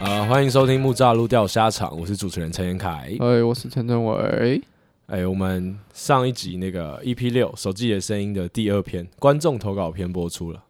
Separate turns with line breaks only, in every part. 呃欢迎收听木栅路钓虾场，我是主持人陈彦凯。
哎，我是陈正伟。
哎，我们上一集那个 EP 六手机的声音的第二篇观众投稿篇播出了，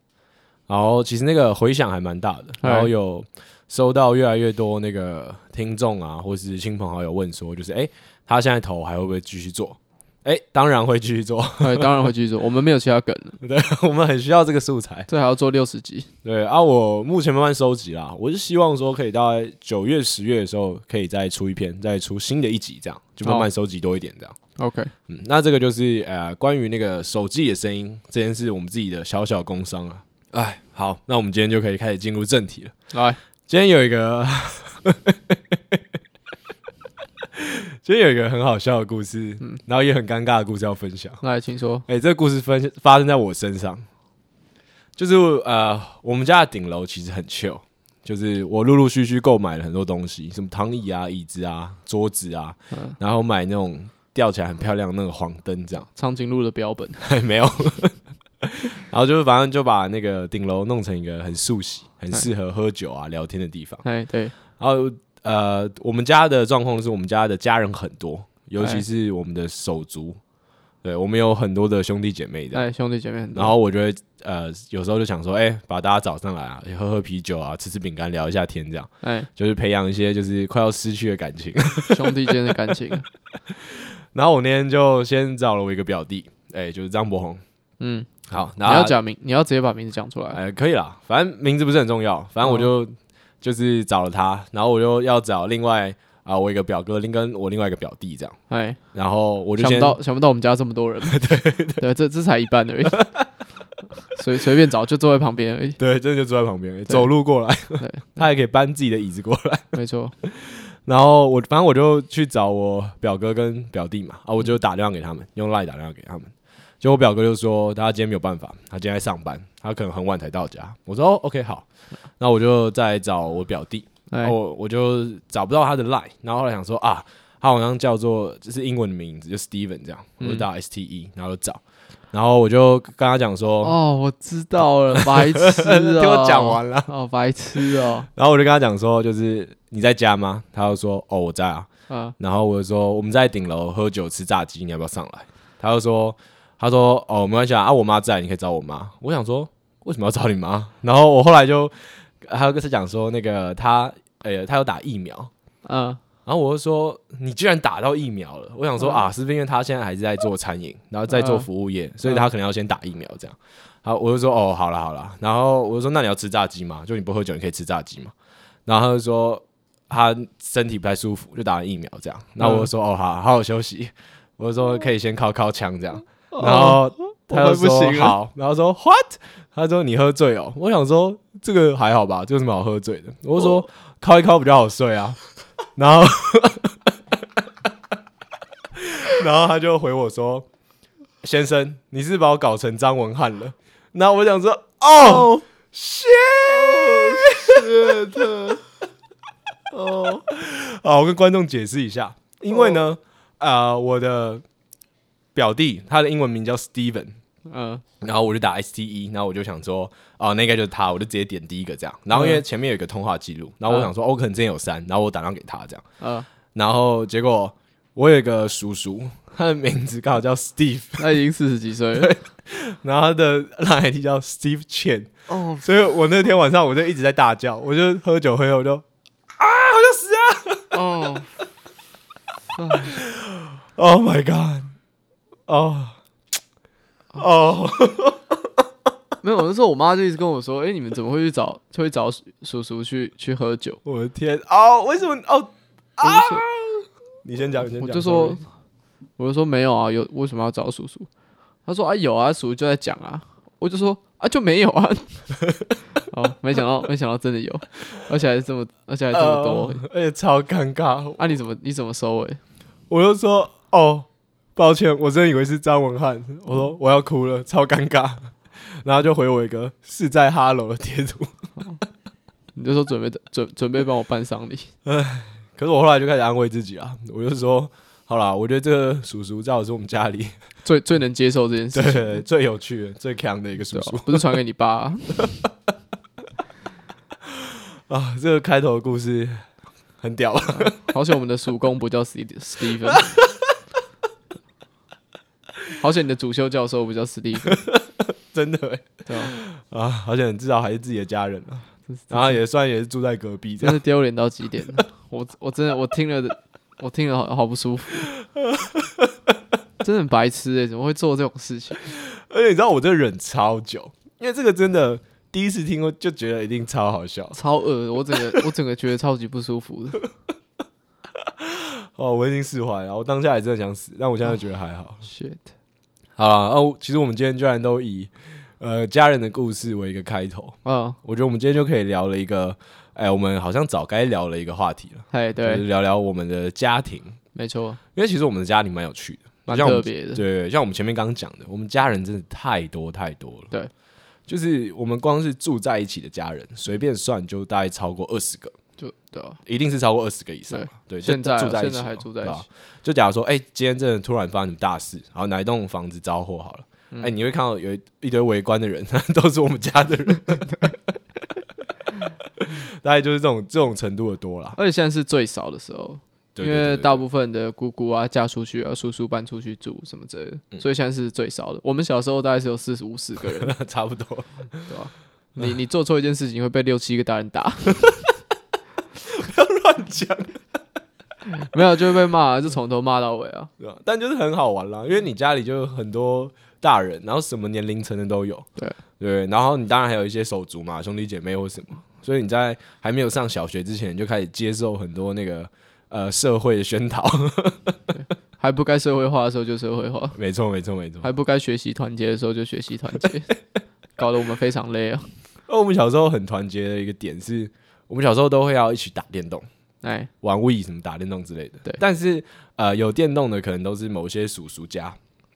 然后其实那个回响还蛮大的，
哎
然后有收到越来越多那个听众啊，或是亲朋好友问说，就是哎、他现在投还会不会继续做？哎、当然会继续做，
哎，当然会继续做，我们没有其他梗了，
我们很需要这个素材。
这还要做六十集。
对啊，我目前慢慢收集啦，我是希望说可以大概九月、十月的时候可以再出一篇，再出新的一集，这样就慢慢收集多一点这样。
OK，
嗯，那这个就是呃关于那个手机的声音这件事，我们自己的小小工伤啊。哎，好，那我们今天就可以开始进入正题了。
来，
今天有一个，今天有一个很好笑的故事，然后也很尴尬的故事要分享。
来，请说。
哎、这个故事分发生在我身上，就是呃，我们家的顶楼其实很 chill，就是我陆陆续续购买了很多东西，什么躺椅啊、椅子啊、桌子啊，
嗯
然后买那种吊起来很漂亮的那个黄灯，这样、
长颈鹿的标本，
哎没有， 然后就是反正就把那个顶楼弄成一个很速洗、很适合喝酒啊、聊天的地方。
哎，对，
然后呃，我们家的状况是我们家的家人很多，尤其
哎
是我们的手足，对我们有很多的兄弟姐妹这样。
哎，兄弟姐妹很多，
然后我就会呃，有时候就想说，哎、把大家找上来啊，喝喝啤酒啊，吃吃饼干，聊一下天，这样
哎，
就是培养一些就是快要失去的感情。
兄弟间的感情，
然后我那天就先找了我一个表弟，哎、就是张博宏。
嗯，
好，
你
然后
要
他，
讲明，你要直接把名字讲出来。
哎、可以啦，反正名字不是很重要，反正我
哦
就、就是找了他，然后我就要找另外啊、我一个表哥，另跟我另外一个表弟这样。
哎，
然后我就
想不
先
到，想不到我们家这 么多人。对，对，这这才一半而已。 随随便找，就坐在旁边而已。
对，真的就坐在旁边，走路过来
对，
他还可以搬自己的椅子过来。
没错，
然后我反正我就去找我表哥跟表弟嘛，啊，我就打电话给他们，用 LINE 打电话给他们。结果我表哥就说他今天没有办法，他今天在上班，他可能很晚才到家。我说、哦、OK 好，那我就再找我表弟，啊
哎，
我我就找不到他的 LINE，然后后来想说啊，他好像叫做就是英文的名字，就 Steven 这样，我就打
嗯
S T E，、然后就找，然后我就跟他讲说，
哦，我知道了，白痴哦。
听我讲完了，
哦，白痴哦，
然后我就跟他讲说，就是你在家吗？他就说哦我在啊，
啊，
然后我就说我们在顶楼喝酒吃炸鸡，你要不要上来？他就说他说哦没关系啊，啊我妈在，你可以找我妈。我想说为什么要找你妈？然后我后来就还有跟他讲说那个他呃他有打疫苗，
嗯，
然后我就说你居然打到疫苗了，我想说
嗯
啊是不是因为他现在还是在做餐饮，然后在做服务业，所以他可能要先打疫苗这样。好，我就说哦好了好了，然后我就说那你要吃炸鸡吗？就你不喝酒你可以吃炸鸡吗？然后他就说他身体不太舒服，就打了疫苗这样。那
嗯
我就说、哦，好好好休息。我就说可以先靠靠枪这样。然后他就
哦我快不
说
行了
好，然后说 what？他说你喝醉哦。我想说这个还好吧，这有什么好喝醉的？我就
哦
说靠一靠比较好睡啊。然后 然后他就回我说先生，你是把我搞成张文翰了。那我想说哦 shit。
哦，
啊，我跟观众解释一下，因为呢，啊、我的表弟他的英文名叫 Steven，
嗯，
然后我就打 S T E，然后我就想说，哦、那应该就是他，我就直接点第一个这样。然后因为前面有一个通话记录，然后我想说，哦，我可能之前有删，然后我打电话给他这样，
啊，
然后结果我有一个叔叔，他的名字刚好叫 Steve，
他已经四十几岁了。
然后他的 line ID 叫 Steve Chen，
哦，
所以我那天晚上我就一直在大叫，我就喝酒喝酒我就
哦，
，Oh my God，哦、哦、
没有，那时候我妈就一直跟我说：“哎、你们怎么会去找，就会找叔叔叔去去喝酒
我的天！哦，为什么？哦，？”
我就说
你先讲，你先
我
讲。
就说
sorry，
我就说没有啊，有为什么要找叔叔？她说：“啊，有啊，叔叔就在讲啊。”我就说：“啊，就没 有啊。”哦，没想到，没想到真的有，而且还是这么，而且还这么多。
哦而且超尴尬。
啊，你怎么你怎么收尾？
我就说，哦，抱歉，我真的以为是张文翰。我
嗯
说我要哭了，超尴尬。然后就回我一个是在哈喽的贴图。
你就说准备准准备帮我办丧礼。
可是我后来就开始安慰自己啊，我就说，好啦，我觉得这个叔叔在我是我们家 里
最最能接受这件事情，
对最有趣的、最强的一个叔
对
叔
吧不是传给你爸啊、
啊。这个开头的故事 很屌吧？
好险我们的属公不叫 Ste- Steven，好险你的主修教授不叫 Steven，
真的欸
对啊，
啊！好像至少还是自己的家人啊，
真是
然后也算也是住在隔壁这
真
样。
是丢脸到极点了。我我真的我听了，我听了好好不舒服，真的很白痴哎、怎么会做这种事情？
而且你知道我这忍超久，因为这个真的第一次听过就觉得一定超好笑
超恶，我整个我整个觉得超级不舒服的。
哦！我已经释怀了，我当下也真的想死，但我现在觉得还好。
Shit，
好啦，哦，其实我们今天居然都以呃家人的故事为一个开头，
嗯，
我觉得我们今天就可以聊了一个，哎、我们好像早该聊了一个话题了，
哎，
就
对，
是聊聊我们的家庭，
没错，
因为其实我们的家庭蛮有趣的。
蛮
像我
特
们
别的。
对，像我们前面刚刚讲的，我们家人真的太多太多了。
对，
就是我们光是住在一起的家人，随便算就大概超过二十个，
就对啊，
一定是超过二十个以上嘛。对，就
现在啊
住在一起嘛，
现在还住在一
对啊
起
吧就假如说，哎、今天真的突然发生什么大事，然后哪一栋房子着火好了，哎、
嗯
你会看到有一一堆围观的人， 都是我们家的人。 大概就是这种这种程度的多啦，
而且现在是最少的时候，
对
因
对
为
对对
大部分的姑姑啊嫁出去啊，叔叔搬出去住什么之类
嗯
的，所以现在是最少的。我们小时候大概是有四十五十 个人，
对差不多。
对吧？你你做错一件事情会被六七个大人打，
乱讲，
没有就会被骂，就从头骂到尾 啊。
对啊但就是很好玩啦，因为你家里就有很多大人，然后什么年龄层的都有，
对
对，然后你当然还有一些手足嘛，兄弟姐妹或什么，所以你在还没有上小学之前，你就开始接受很多那个呃社会的宣导，
还不该社会化的时候就社会化，
没错，没错，没错。
还不该学习团结的时候就学习团 结，搞得我们非常累啊。
而我们小时候很团结的一个点是，我们小时候都会要一起打电动。
哎，
玩 w 什么打电动之类的，
对
但是呃，有电动的可能都是某些叔叔家，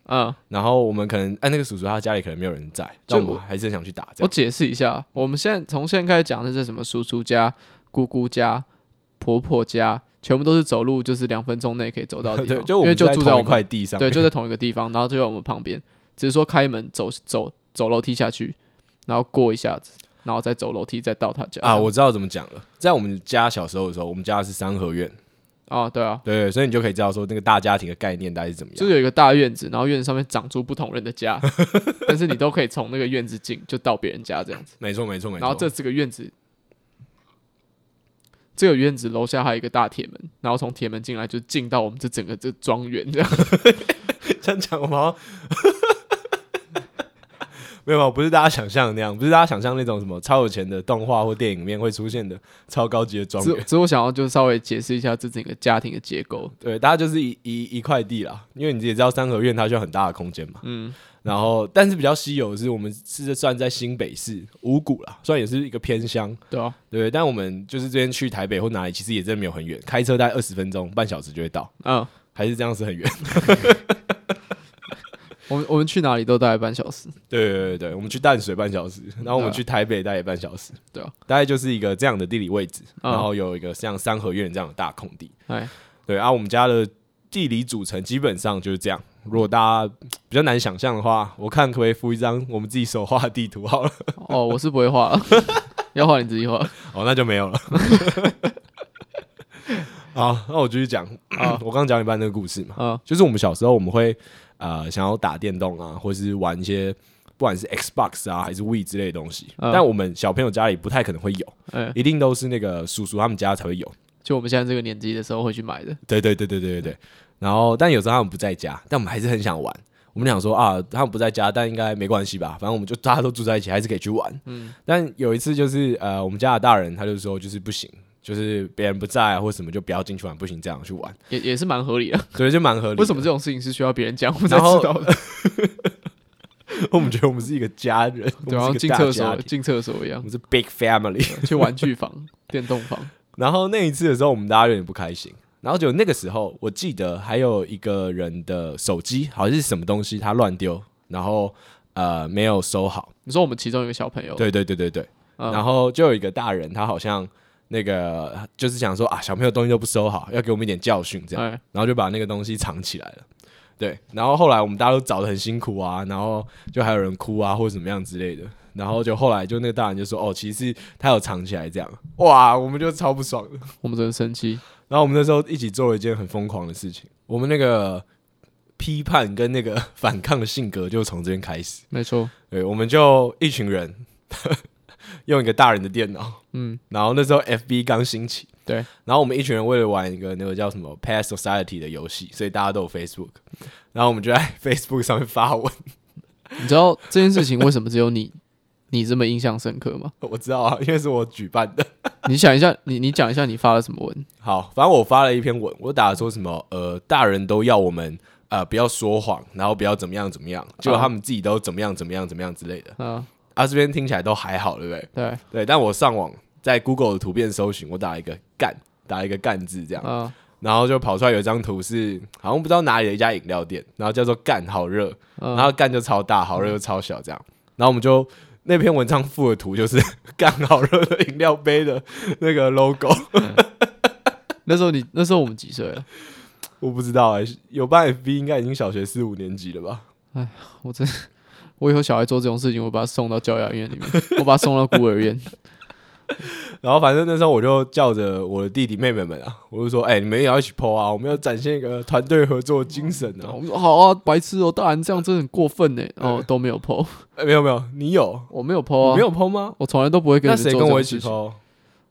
嗯，
然后我们可能哎、那个叔叔他家里可能没有人在，
就
但我们还是很想去打这
我
样。
解释一下，我们现在从现在开始讲的是什么叔叔家、姑姑家、婆婆家，全部都是走路就是两分钟内可以走到的 地
对，
方，
就我
因为
们
就
在
住
同
在
一
我们
块地上面，
对，就在同一个地方，然后就在我们旁边，只是说开门走走走楼梯下去，然后过一下子，然后再走楼梯再到他家
啊，我知道怎么讲了。在我们家小时候的时候，我们家是三合院，
啊，对啊，
对，所以你就可以知道说那个大家庭的概念大概是怎么
就
样。
是有一个大院子，然后院子上面长出不同人的家， 但是你都可以从那个院子进就到别人家这样子，
没错，没错，没错。
然后这这个院子。这个院子楼下还有一个大铁门，然后从铁门进来就进到我们这整个这庄园这样。
这样讲我们好像没有，啊不是大家想象的那样，不是大家想象那种什么超有钱的动画或电影里面会出现的超高级的庄
只
园。
只是我想要就稍微解释一下这整个家庭的结构。
对，大家就是一一一块地啦，因为你也知道三合院它需要很大的空间嘛。
嗯，
然后，但是比较稀有的是，我们是算在新北市五股啦，虽然也是一个偏乡，
对啊，
对，但我们就是这边去台北或哪里，其实也真的没有很远，开车大概二十分钟、半小时就会到，
嗯，
还是这样是很远。
我们我们去哪里都大概半小时。
对对对对，我们去淡水半小时，然后我
对
们
啊
去台北大概也半小时，
对啊，
大概就是一个这样的地理位置，
嗯
然后有一个像三合院这样的大空地。
哎，
对啊，我们家的地理组成基本上就是这样。如果大家嗯比较难想象的话，我看可不可以附一张我们自己手画的地图好了。
哦，我是不 会画，要画你自己画。
哦，那就没有了。好，那我继续讲。
好
我刚讲一半那个故事嘛，
嗯
就是我们小时候我们会呃想要打电动啊，或是玩一些不管是 Xbox 啊还是 We 之类的东西，
嗯
但我们小朋友家里不太可能会有，
哎，
一定都是那个叔叔他们家才会有。
就我们现在这个年纪的时候会去买的。
对对对对对对
嗯
对。然后，但有时候他们不在家，但我们还是很想玩。我们想说啊，他们不在家，但应该没关系吧？反正我们就大家都住在一起，还是可以去玩。嗯。但有一次就是呃，我们家的大人他就说就是不行，就是别人不在啊或什么就不要进去玩，不行这样去玩，
也也是蛮合理的。
所以就蛮合理的。
为什么这种事情是需要别人讲我们才
然后
知道的？
我们觉得我们是一个家人，我
对，好
们是一
像进
个大
厕
家
所
庭，
进厕所一
我
样，
们是 big family。
去玩具房、电动房。
然后那一次的时候，我们大家有点不开心。然后就那个时候，我记得还有一个人的手机好像是什么东西，他乱丢，然后呃没有收好。
你说我们其中一个小朋友，
对对对对对。
哦嗯
然后就有一个大人，他好像那个就是想说啊，小朋友东西都不收好，要给我们一点教训这样，
哎，
然后就把那个东西藏起来了。对，然后后来我们大家都找的很辛苦啊，然后就还有人哭啊或者怎么样之类的，然后就后来就那个大人就说哦，其实是他有藏起来这样，哇，我们就超不爽的。
我们真的生气，
然后我们那时候一起做了一件很疯狂的事情，我们那个批判跟那个反抗的性格就从这边开始。
没错，
对，我们就一群人 用一个大人的电脑，
嗯，
然后那时候 FB 刚兴起，
对，
然后我们一群人为了玩一个那个叫什么 Pass Society 的游戏，所以大家都有 Facebook，然后我们就在 Facebook 上面发文。
你知道这件事情为什么只有你你这么印象深刻吗？
我知道啊，因为是我举办的。
你想一下，你你讲一下你发了什么文？
好，反正我发了一篇文，我打说什么呃，大人都要我们呃不要说谎，然后不要怎么样怎么样，结果他们自己都怎么样怎么样怎么样之类的。
啊，
啊，这边听起来都还好，对不对？
对，
对，但我上网在 Google 的图片搜寻，我打一个干，打一个干字这样，
啊，
然后就跑出来有一张图是好像不知道哪里的一家饮料店，然后叫做干好热，
嗯
然后干就超大，好热就超小这样，然后我们就。那篇文章附的图就是 干好热的饮料杯的那个 logo，
那时候你那时候我们几岁啊了？
我不知道哎、有办 FB 应该已经小学四五年级了吧？
我真，我以后小孩做这种事情，我把他送到教养院里面，我把他送到孤儿院。
然后反正那时候我就叫着我的弟弟妹妹们啊，我就说：“哎、你们也要一起 PO 啊，我们要展现一个团队合作精神啊
我说好啊，白痴哦，大人这样真的很过分呢。哦，都没有 PO，！”
哎、没有没有，你有、
我没有 PO
你
啊，
没有 PO 吗？
我从来都不会跟
那
你们
谁
做
跟
这
我一
种
起
事情
PO？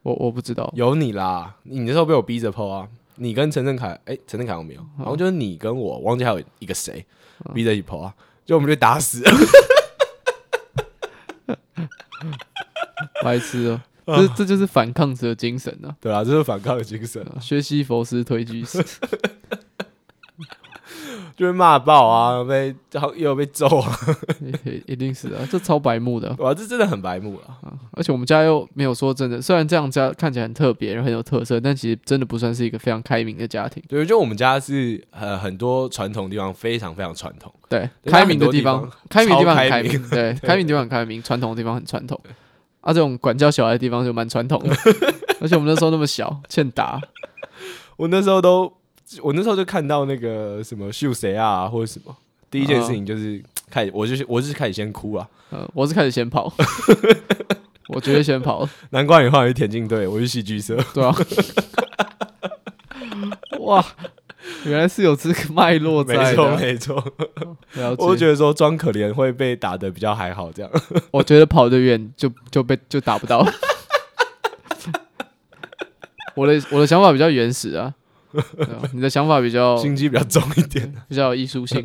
我我不知道，
有你啦，你那时候被我逼着 PO 啊。你跟陈振凯，哎、陈振凯有没有？好像就是你跟我，忘记还有一个谁逼着一起 PO 啊，就我们就打死了。
白痴 哦，这这就是反抗者精神啊！
对啦，这是反抗的精神啊，
学习佛斯推举 死，
就被骂爆啊，被然后又被揍啊，
一定是啊，这超白目的啊。
哇，这真的很白目啊。
而且我们家又没有说真的，虽然这样家看起来很特别，然后很有特色，但其实真的不算是一个非常开明的家庭。
对，就我们家是呃很多传统地方非常非常传统，
对，
对
开明的地
它很
方
多，
开明的地方
超开
很开
明
明，对，开明的地方很开明，传统的地方很传统。啊，这种管教小孩的地方就蛮 传统的，而且我们那时候那么小，欠打，
我那时候都，我那时候就看到那个什么秀谁啊，或者什么，第一
嗯
件事情就是开始，我就是我就是开始先哭啊。
呃，我是开始 先跑，我绝对先跑了，
难怪你后来去田径队，我是戏剧社。
对啊，哇，原来是有这个脉络
没
在
错，
的，
没错。
了
我就觉
解。
得说装可怜会被打的比较还好，这样。
我觉得跑得远就就被就打不到， 我的我的想法比较原始啊，对啊你的想法比较
心机比较重一点。
比较有艺术性。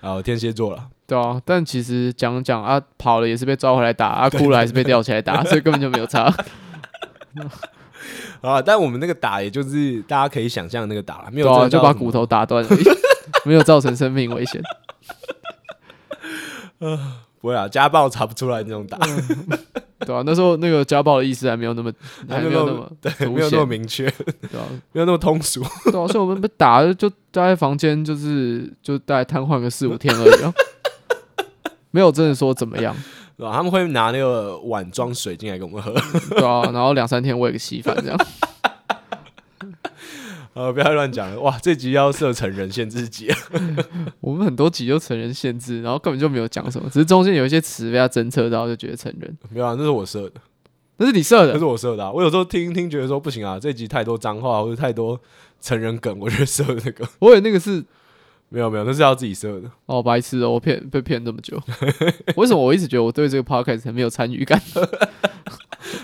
啊，我天蝎座了，
对啊，但其实讲讲啊，跑了也是被抓回来打，啊哭了还是被吊起来打，所以根本就没有差。
啊，但我们那个打也就是大家可以想象那个打 了，没
对
有真
啊，
的
就
到
把
什
骨
么
头打断而已，没有造成生命危险。
不会啊，家暴查不出来那种打，
嗯对啊，那时候那个家暴的意识还没有那么，
还
还
没有那
没有
么
那么
对，
凸
没有那么
显，
明确，
对啊，
没有那么通俗。
对啊，所以我们被打就待在房间，就是就大概瘫痪个四五天而已、啊， 没有真的说怎么样，
对吧？他们会拿那个碗装水进来给我们喝，
对啊，然后两三天喂个稀饭这样，
呃，不要乱讲了，哇，这集要设成人限制级，
我们很多集就成人限制，然后根本就没有讲什么，只是中间有一些词被他侦测到，就觉得成人，
没有啊，那是我设的，
那是你设的
那，是我设的、啊。我有时候听一听，觉得说不行啊，这集太多脏话或者太多成人梗，我就设那个。
我以为那个是
没有没有，那是要自己设的。
哦，白痴哦，我骗被骗这 么久，为什么我一直觉得我对这个 podcast 很没有参与感？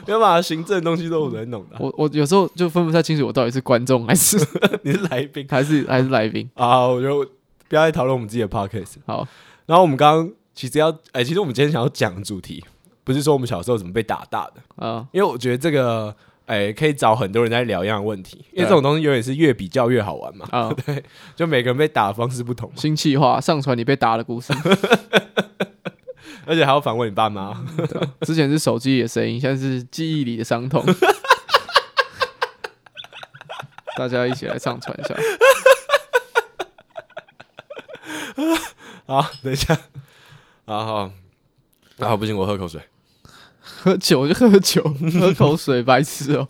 没有把行政的东西都我在弄的啊、
我我有时候就分不太清楚我到底是观众还是
你是来宾
还是还是来宾。
啊，我就不要再讨论我们自己的 podcast。
好，
然后我们刚刚其实要，哎、其实我们今天想要讲的主题，不是说我们小时候怎么被打大的，
啊、
因为我觉得这个。哎、可以找很多人在聊一样的问题，因为这种东西永远是越比较越好玩嘛。
啊、
就每个人被打的方式不同嘛，
新企划上传你被打的 故事，
而且还要反问你爸妈。
之前是手机里的声音，现在是记忆里的伤 痛。大家一起来上传一下。
好，等一下，啊好，啊好，不行，我喝口水。
喝酒就喝 酒，喝口水，白痴哦、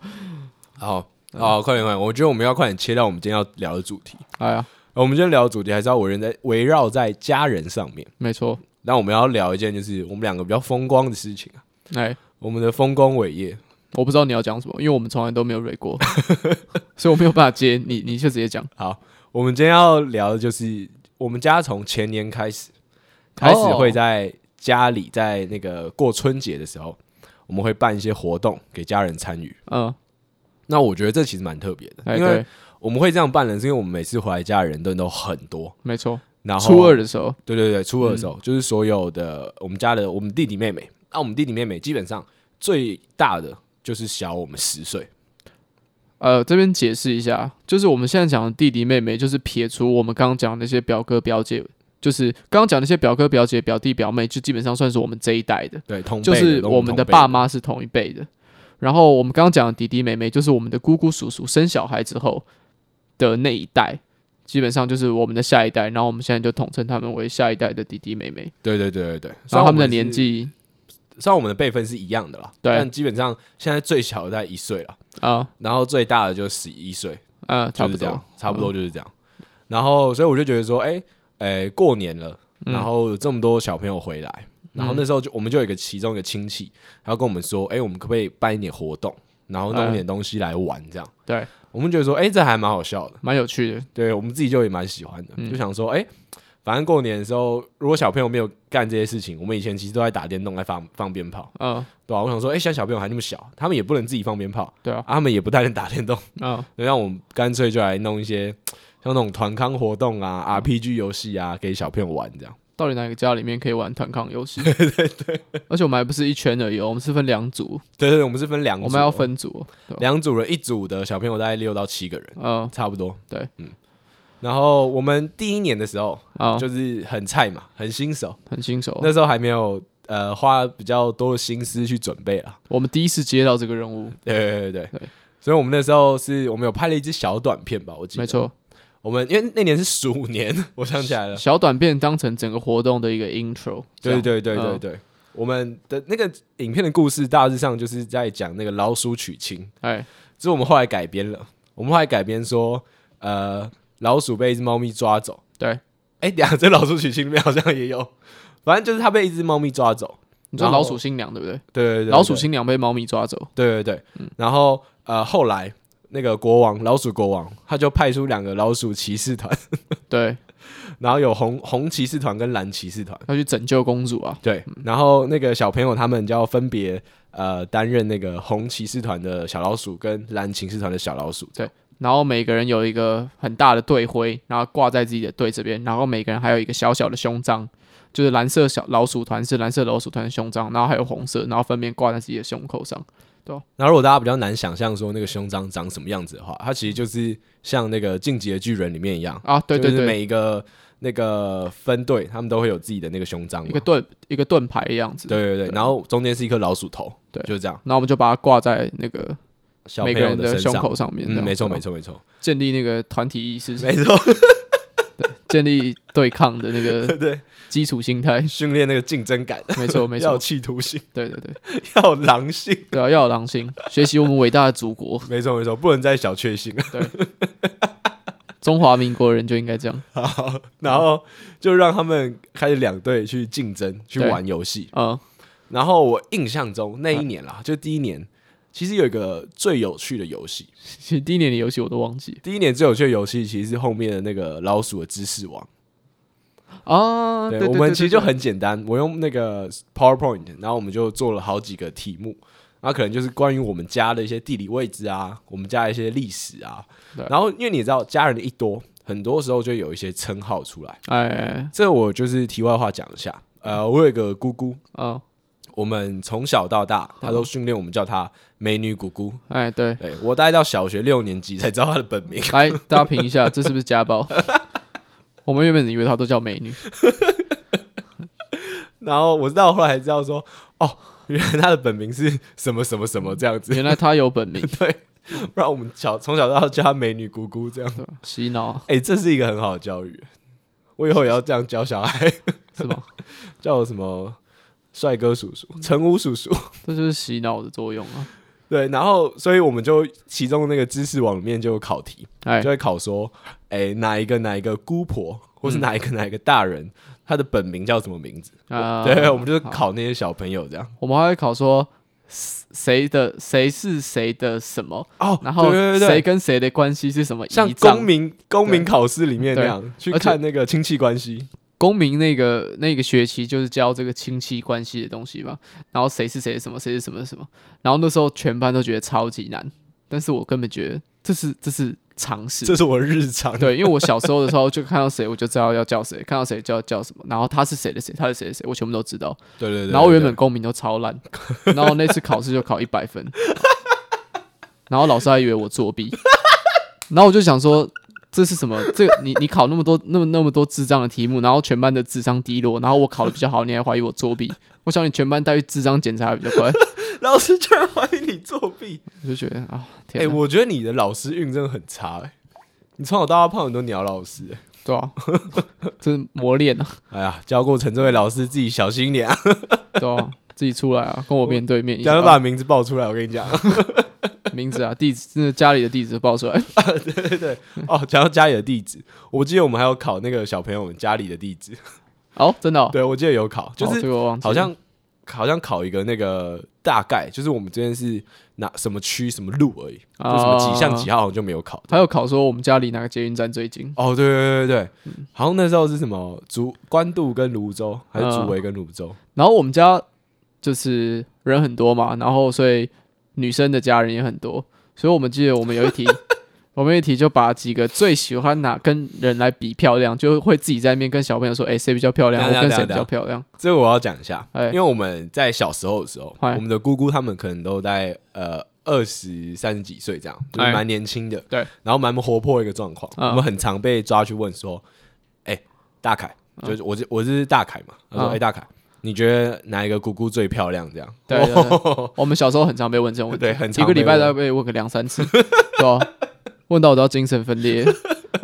好，好，快点，快点，我觉得我们要快点切到我们今天要聊的主题。
哎呀，
呃我们今天聊的主题还是要围绕在围绕在家人上面。
没错，
那我们要聊一件就是我们两个比较风光的事情啊，
哎，
我们的风光伟业。
我不知道你要讲什么，因为我们从来都没有蕊 过，所以我没有办法接你，你就直接讲。
好，我们今天要聊的就是我们家从前年开始，开始会在家里在那个过春节的时候，我们会办一些活动给家人参与。
嗯，
那我觉得这其实蛮特别的，
哎，
因为
对，
我们会这样办呢，是因为我们每次回来家人的人都很多，
没错，
然后
初二的嗯时候，
对对对，初二的时候、就是所有的我们家的我们弟弟妹妹，啊那、我们弟弟妹妹基本上最大的就是小我们十岁，
呃，这边解释一下，就是我们现在讲的弟弟妹妹，就是撇除我们刚刚讲的那些表哥表姐，就是刚刚讲的那些表哥表姐、表弟表妹，就基本上算是我们这一代的，
对，同辈
就
的
是
都
我们的
同辈
爸妈是同一辈的。然后我们刚刚讲的弟弟妹妹，就是我们的姑姑叔叔生小孩之后的那一代，基本上就是我们的下一代。然后我们现在就统称他们为下一代的弟弟妹妹。
对对对对对，虽
然后他们的
我是
年纪
虽然我们的辈分是一样的啦，
对
但基本上现在最小的在一岁了，
啊
然后最大的就十一岁，
啊，差
就
不
是这
多
样，，差不多就是这样。然后，所以我就觉得说，哎、哎、过年了，
嗯
然后有这么多小朋友回来，然后那时候就我们就有一个其中一个亲戚，他跟我们说，哎、我们可不可以办一点活动，然后弄一点东西来玩这样？
对，
我们觉得说，哎、这还蛮好笑的，
蛮有趣的。
对我们自己就也蛮喜欢的，就想说，哎、反正过年的时候，如果小朋友没有干这些事情，我们以前其实都在打电动，在放放鞭炮。
嗯，
对吧、我想说，哎、现在小朋友还那么小，他们也不能自己放鞭炮，
对啊，
啊他们也不太能打电动，
嗯，
对让我们干脆就来弄一些像那种团康活动啊、RPG 游戏啊，给小朋友玩这样。
到底哪个家里面可以玩团抗游 戏？对对对，而且我们还不是一圈而已哦，我们是分两组，
对对，对我们是分两组，啊
我们要分组哦，对吧
两组人，一组的小朋友大概六到七个人，
嗯
差不多。
对，
嗯。然后我们第一年的时候
啊，
就是很菜嘛，很新手，
很新手。
那时候还没有呃花比较多的心思去准备啊。
我们第一次接到这个任务，
对对对对
对
对。所以我们那时候是我们有拍了一支小短片吧，我记得。
没错，
我们因为那年是鼠年， 我想起来了。
小短片当成整个活动的一个 intro
啊对
这样。
对对对
嗯
对，我们的那个影片的故事大致上就是在讲那个老鼠娶亲，
哎，
这是我们后来改编了。我们后来改编说，呃，老鼠被一只猫咪抓走。
对，
哎，两只老鼠娶亲里面好像也有，反正就是它被一只猫咪抓走。
你说
然后
老鼠新娘对不对？
对对对对
老鼠新娘被猫咪抓走，
对对对，然后呃，后来那个国王老鼠国王他就派出两个老鼠骑士团，
对，
然后有红红骑士团跟蓝骑士团。
要去拯救公主啊。
对，然后那个小朋友他们就要分别呃担任那个红骑士团的小老鼠跟蓝骑士团的小老鼠。
对然后每个人有一个很大的队徽，然后挂在自己的队这边，然后每个人还有一个小小的胸章，就是蓝色小老鼠团是蓝色老鼠团的胸章，然后还有红色，然后分别挂在自己的胸口上。
那如果大家比较难想象说那个胸章长什么样子的话，它其实就是像那个《进击的巨人》里面一样，
啊，对对
就是
对，
每一个那个分队他们都会有自己的那个胸章
一
嘛
个。盾一个盾牌的样子。
对对对，然后中间是一颗老鼠头，
对
就是这样。
然后我们就把它挂在那个
小朋
每个
友
人的
身
胸
上，
口上面，这
嗯，
样
没错
对吧
没错没错
建立那个团体意识，
没错，
建立对抗的那个
对，
基础 心态。
训练那个竞争感，
没错，没
要有
错，
企图心，
对对对，
要有狼性，
对啊，要有狼心，学习我们伟大的祖国，
没错没错，不能再小确幸。
中华民国人就应该这样。
好，然后就让他们开始两队去竞争，去
对
玩游戏。
嗯，
然后我印象中那一年啦，就第一年，其实有一个最有趣的游戏。
其实第一年的游戏我都忘记
第一年最有趣的游戏其实是后面的那个老鼠的知识网。
啊。对，
我
对
们
对
其实就
对
很简单，我用那个 PowerPoint，然后我们就做了好几个题目，那可能就是关于我们家的一些地理位置啊，我们家的一些历史啊
对。
然后因为你知道，家人一多，很多时候就有一些称号出来。
哎哎，
这我就是题外话讲一下。呃，我有一个姑姑，
嗯，
我们从小到大，她都训练我们叫她美女姑姑。
哎对，
对我大概到小学六年级才知道她的本名，
来大家评一下，这是不是家暴？ 我们原本以为她都叫美女，
然后我到后来才知道说，哦，原来她的本名是什么什么什么这样子，
原来她有本名，
不然我们小从小到大叫她美女姑姑这样。
对吧洗脑
哎、这是一个很好的教育，我以后也要这样教小孩，
是吧？
叫我什么帅哥叔叔、成屋叔叔。
这就是洗脑的作用啊。
对，然后所以我们就其中那个知识网里面就有考题，
哎嗯
就，会考说，哎、哪一个哪一个姑婆，或是哪一个哪一个大人，他的本名叫什么名字？
啊，
对，我们就是
好，
考那些小朋友这样。
我们还会考说谁谁的谁是谁的什么，
哦
然后
对对对
谁
对，
跟谁的关系是什么遗
像
账
公民公民考试里面那
对
样去
而且
看那个亲戚关系。
公民那个那个学期就是教这个亲戚关系的东西嘛，然后谁是谁的什么，谁是什么什么，然后那时候全班都觉得超级难，但是我根本觉得这是这是常识，
这是我日常。
对，因为我小时候的时候就看到谁我就知道要叫谁，看到谁就要叫什么，然后他是谁的谁，他是谁的谁，我全部都知道。
对对对。
然后原
对
本公民都超烂，然后那次考试就考一百分，然后老师还以为我作弊，然后我就想说这是什么？这个你你考那么多那么那么多智障的题目，然后全班的智商低落，然后我考的比较好，你还怀疑我作弊？我想你全班带去智商检查比较快，
老师居然怀疑你作弊。
我就觉得啊，
哎、
天哪，
我觉得你的老师运真的很差哎、你从小到大碰很多鸟老师、欸。
对啊，这是磨练啊，
哎呀，教过陈这位老师自己小心一点啊，
对啊，自己出来啊，跟我面对面一
假
下啊
如把名字报出来，我跟你讲。
名字啊地址，真的家里的地址报出来，
对对对，哦，讲到家里的地址，我记得我们还有考那个小朋友们家里的地址。
哦，真的、哦，
对，我记得有考，就
哦
是
这个我忘记了
好像好像考一个那个大概，就是我们这边是哪什么区什么路而已，
哦啊
就什么几巷几号好像就没有考。
还有考说我们家离哪个捷运站最近。
哦，对对对对对，
嗯
好像那时候是什么竹官渡跟泸州，还是
嗯
竹围跟泸州？
然后我们家就是人很多嘛，然后所以女生的家人也很多，所以我们记得我们有 一题，我们有一题就把几个最喜欢哪跟人来比漂亮，就会自己在那边跟小朋友说，哎、谁比较漂亮，
等一下
我跟谁比
等一下
较漂亮，
这个我要讲一下，
哎
因为我们在小时候的时候，
哎
我们的姑姑他们可能都在呃二十三十几岁这样，就是
哎
蛮年轻的，
对，
然后蛮活泼的一个状况。
嗯
我们很常被抓去问说，哎、大凯，就是我是我是大凯嘛，他说，哎、
嗯
大凯，你觉得哪一个姑姑最漂亮？这样，
对对对
哦
我们小时候很常被问这种问 题，
对 很
一
常
个礼
被
拜
问
大概被问个两 三次，对吧、问到我都要精神分裂。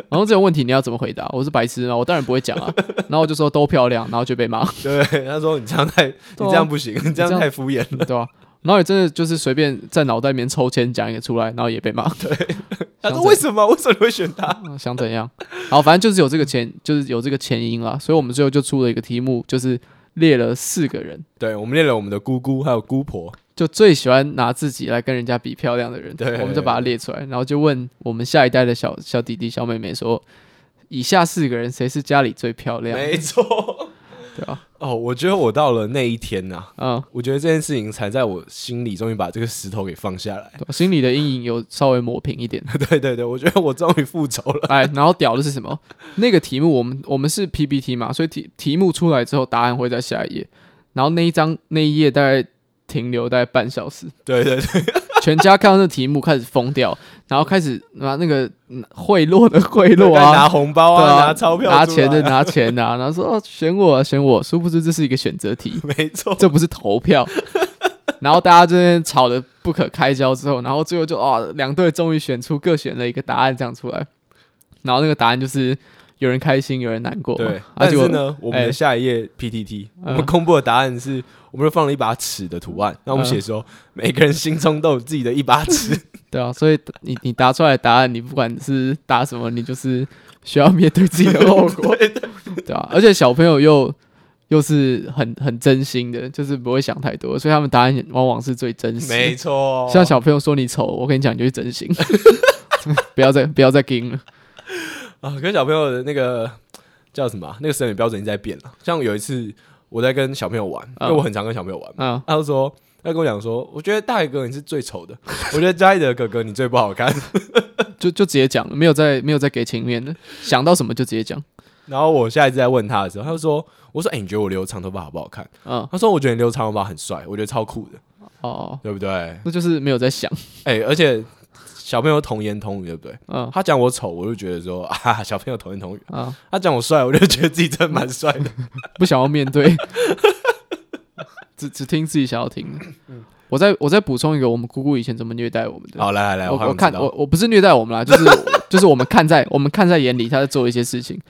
然后这种问题你要怎么回答？我是白痴吗？我当然不会讲啊。然后我就说都漂亮，然后就被骂。
对，他说你这样太，你这样不行，你这
啊这
样
样
太敷衍了。
对吧、然后也真的就是随便在脑袋里面抽签讲一个出来，然后也被骂，
他说
这样
为什么？为什么你会选他？
啊想怎样？然后反正就是有这个前，就是有这个前因啦，所以我们最后就出了一个题目，就是列了四个人，
对，我们练了我们的姑姑还有姑婆，
就最喜欢拿自己来跟人家比漂亮的人，
对
我们就把它列出来，然后就问我们下一代的小小弟弟、小妹妹说，以下四个人谁是家里最漂亮？
没错。
对吧、
哦，我觉得我到了那一天呐、
嗯，
我觉得这件事情才在我心里终于把这个石头给放下来。
对吧心里的阴影有稍微抹平一点。
对对对，我觉得我终于复仇了。
哎，然后屌的是什么？那个题目我们我们是 PPT 嘛，所以题题目出来之后，答案会在下一页。然后那一张那一页大概停留大概半小时，
对对 对，
全家看到那题目开始疯掉，然后开始拿那个嗯贿赂的贿赂
该拿
啊，
红包
对
啊，
啊
拿钞票、
拿钱的，拿钱啊，然后说、哦、选我、啊、选我，殊不知这是一个选择 题，
没错。
这不是投 票。然后大家这边吵得不可开交之后，然后最后就哦，两队终于选出各选了一个答案这样出来，然后那个答案就是有人开心，有人难过嘛。
对，
而
但
且
是呢，我们
哎
的下一页 PTT，、我们
嗯
公布的答案是，我们就放了一把尺的图案，那我们写说，每个人心中都有自己的一把尺。
对啊，所以你你答出来的答案，你不管是答什么，你就是需要面对自己的后 果，对啊，而且小朋友又又是很很真心的，就是不会想太多，所以他们答案往往是最真实的。
没错，
像小朋友说你丑，我跟你讲，你就是 真心，不要再不要再跟了。
啊，跟小朋友的那个叫什么啊、那个审美标准一直在变了。像有一次我在跟小朋友玩，因为
嗯
我很常跟小朋友玩嘛，
嗯，
他就说，他跟我讲说，我觉得大宇哥你是最丑的，我觉得嘉义的哥哥你最不好看。
就就直接讲，没有再没有再给情面的，想到什么就直接讲。
然后我下一次再问他的时候，他就说，我说，哎、你觉得我留长头发好不好看？
嗯，
他说，我觉得你留长头发很帅，我觉得超酷的，
哦，
对不对？哎、
那就是没有在想。
而且小朋友童言童语，对不对？
嗯
他讲我丑，我就觉得说 啊，小朋友童言童语；
啊，
他讲我帅，我就觉得自己真的蛮帅的。
不想要面对， 只只听自己想要听的。我再我再补充一个，我们姑姑以前怎么虐待我们的。
好，来来来，
我
好
我
想
看
知道
我我不是虐待我们啦，就是 就是我们看在我们看在眼里，他在做一些事情。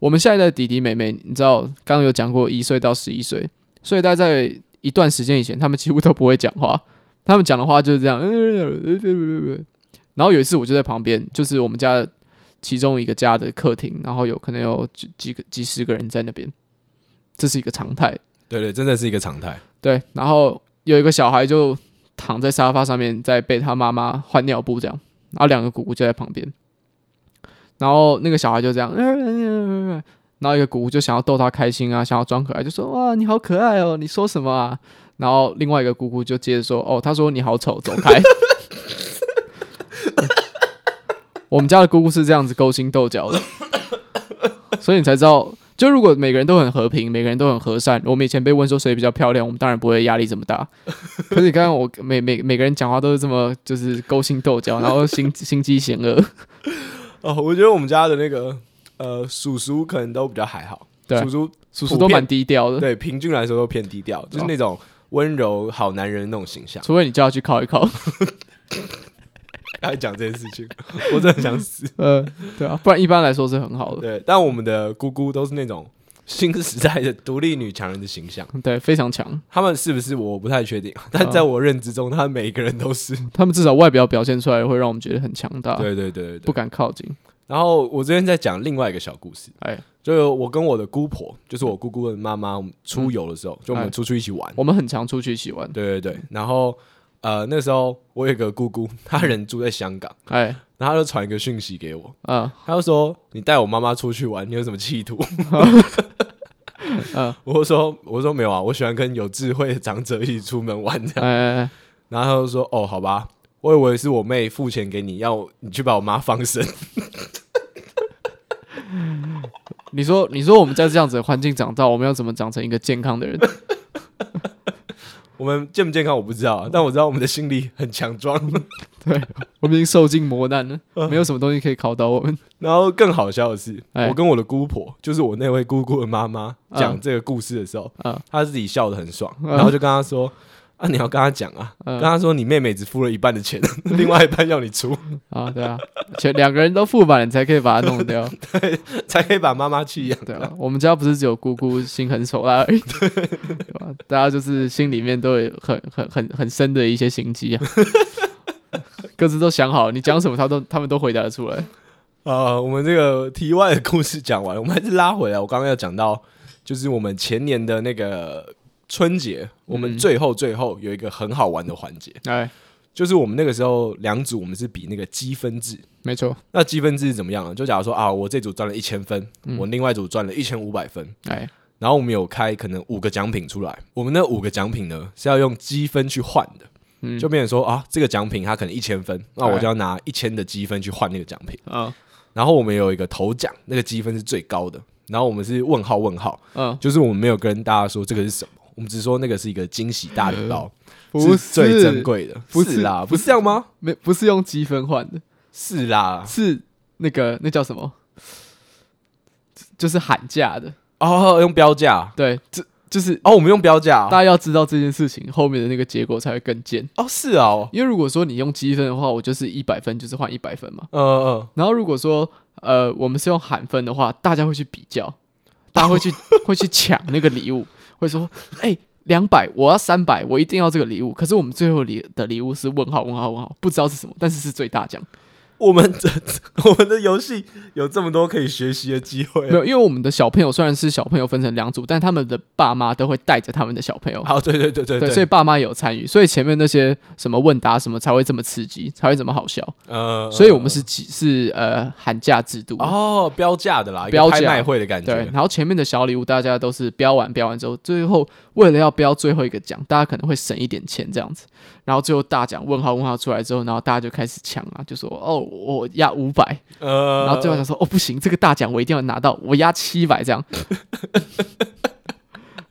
我们下一代弟弟妹妹，你知道刚刚有讲过一岁到十一岁，所以大概在一段时间以前，他们几乎都不会讲话，他们讲的话就是这样。然后有一次我就在旁边，就是我们家的其中一个家的客厅，然后有可能有几几个几十个人在那边，这是一个常态。
对对，真的是一个常态。
对，然后有一个小孩就躺在沙发上面，在被他妈妈换尿布这样，然后两个姑姑就在旁边，然后那个小孩就这样， 然后一个姑姑就想要逗他开心啊，想要装可爱，就说哇你好可爱哦，你说什么啊？然后另外一个姑姑就接着说哦，她说你好丑，走开。我们家的姑姑是这样子勾心斗角的，所以你才知道就如果每个人都很和平，每个人都很和善，我们以前被问说谁比较漂亮，我们当然不会压力这么 大。可是你看我每每每个人讲话都是这么就是勾心斗角，然后心心机险 恶。
哦，我觉得我们家的那个呃叔叔可能都比较还好，
对
叔叔
叔叔都蛮低调 的，
对平均来说都偏低调，就是那种温柔好男人那种形 象。
除非你叫他去考一考。
来讲这件事情，我真的很想死。
呃，对啊，不然一般来说是很好的，
对，但我们的姑姑都是那种新时代的独立女强人的形象，
对，非常强。
她们是不是我不太确定，但在我认知中，她们每个人都是。
他们至少外表表现出来会让我们觉得很强大，
对对对对
哦不
对。
敢靠近。
然后我这边在讲另外一个小故事，
哎，
就我跟我的姑婆，就是我姑姑的妈妈，我们出游的时候，就我
哎
们出去一起玩。
我们很常出去一起玩，
对对对，然后呃那时候我有一个姑姑，她人住在香港，
哎，
然后她就传一个讯息给我，
嗯
她就说你带我妈妈出去玩，你有什么企图？
嗯，
我就说我就说没有啊，我喜欢跟有智慧的长者一起出门玩这
哎
样。
哎，哎
然后她就说哦好吧，我以为是我妹付钱给你，要你去把我妈放生。
你说，你说我们在这样子的环境长大，我们要怎么长成一个健康的人？
我们健不健康我不知道啊，但我知道我们的心理很强壮。
对，我们已经受尽磨难了，没有什么东西可以考倒我们。
然后更好笑的是，
哎
我跟我的姑婆，就是我那位姑姑的妈妈，
嗯
讲这个故事的时候，
嗯
她自己笑得很爽，
嗯
然后就跟她说：“啊，你要跟她讲啊，
嗯
跟她说你妹妹只付了一半的钱， 另外一半要你出，
啊，对啊，且两个人都副板，你才可以把它弄掉。
才可以把妈妈气养。
对啊，我们家不是只有姑姑心狠手辣而已，对吧、大家就是心里面都有很很很很深的一些心机啊，各自都想好，你讲什么，他都他们都回答得出来。”
啊，我们这个题外的故事讲完，我们还是拉回来。我刚刚要讲到，就是我们前年的那个春节，我们
嗯
最后最后有一个很好玩的环节，
哎，
就是我们那个时候两组我们是比那个积分制，
没错，
那积分制是怎么样呢？就假如说啊，我这组赚了一千分，
嗯
我另外一组赚了一千五百分，
哎，
然后我们有开可能五个奖品出来，我们那五个奖品呢是要用积分去换的，
嗯
就变成说啊，这个奖品它可能一千分，那我
哎
就要拿一千的积分去换那个奖品。
嗯
然后我们有一个头奖，那个积分是最高的，然后我们是问号问号，
嗯，
就是我们没有跟大家说这个是什么。我们只说那个是一个惊喜大礼包，
呃不
是最珍，贵的，
不
是
是
啦，不
不
是这样吗？
没不是用积分换的。
是啦，
是那个那叫什么？就是喊价的，
哦，用标价，
对，这就是
哦，我们用标价啊，
大家要知道这件事情后面的那个结果才会更贱。
哦，是哦，
因为如果说你用积分的话，我就是一百分就是换一百分嘛。
嗯嗯，
然后如果说呃我们是用喊分的话，大家会去比较，大家会去会去抢那个礼物，会说哎两百我要三百，我一定要这个礼物。可是我们最后礼的礼物是问号问号问号，不知道是什么，但是是最大奖。
我们这我们的 游戏有这么多可以学习的机会
没。有，因为我们的小朋友虽然是小朋友分成两组，但他们的爸妈都会带着他们的小朋友，
好，对对对对
对，所以爸妈有参与，所以前面那些什么问答什么才会这么刺激，才会这么好笑。
呃，
所以我们是几是呃喊价制度，
哦标价的啦，一个
标价
拍卖会的感
对，
觉。
然后前面的小礼物大家都是标完标完之后，最后为了要标最后一个奖，大家可能会省一点钱这样子，然后最后大奖问号问号出来之后，然后大家就开始抢啊，就说哦我压五百，
呃，
然后最后想说，哦，不行，这个大奖我一定要拿到，我压七百 这样。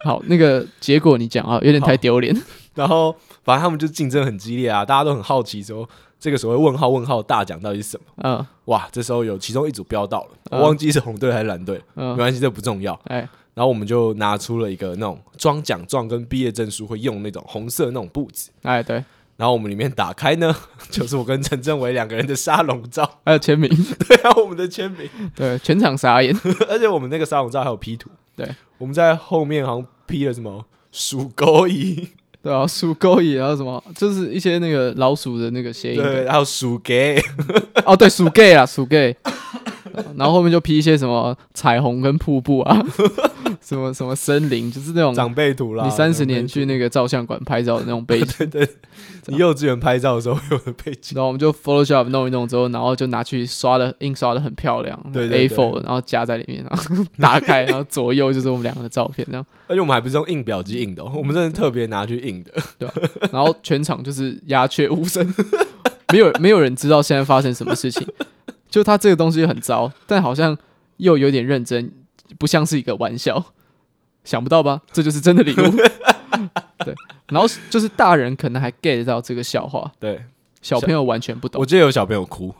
好，那个结果你讲啊，有点太丢脸。
然后反正他们就竞争很激烈啊，大家都很好奇说这个所谓问号问号大奖到底是什么？
嗯
哇，这时候有其中一组标到了，
嗯
我忘记是红队还是蓝队，没
嗯，
关系，这不重要。
哎
然后我们就拿出了一个那种装奖状跟毕业证书会用那种红色那种布子，
哎对，
然后我们里面打开呢， 就是我跟陈政伟两个人的沙龙照。
还有签名，
对啊，我们的签名，
对，全场傻眼。
而且我们那个沙龙照还有 P 图。
对，
我们在后面好像 P 了什么鼠狗椅，
对啊，鼠勾引，然后什么，就是一些那个老鼠的那个谐音
对，
梗。
还有鼠 gay，
哦，对，鼠 gay 啊，鼠 gay。然后后面就 P 一些什么彩虹跟瀑布啊， 什么什么森林，就是那种
长辈图啦。
嗯你三十年
长辈
去那个照相馆拍照的那种背 景。
图，你幼稚园拍照的时候会有的背景，
然后我们就 Photoshop 弄一弄之后，然后就拿去刷的印刷的很漂亮
对对对
，A4，然后夹在里面，然后打开，然后左右就是我们两个的照片，这样，
而且我们还不是用印表机印的哦，我们真的特别拿去印的。
然后全场就是鸦雀无声， 没有没有人知道现在发生什么事情，就他这个东西很糟，但好像又有点认真，不像是一个玩笑，想不到吧？这就是真的礼物， 对，然后就是大人可能还 get 到这个笑话，
对，
小朋友完全不懂
我。记得有小朋友 哭，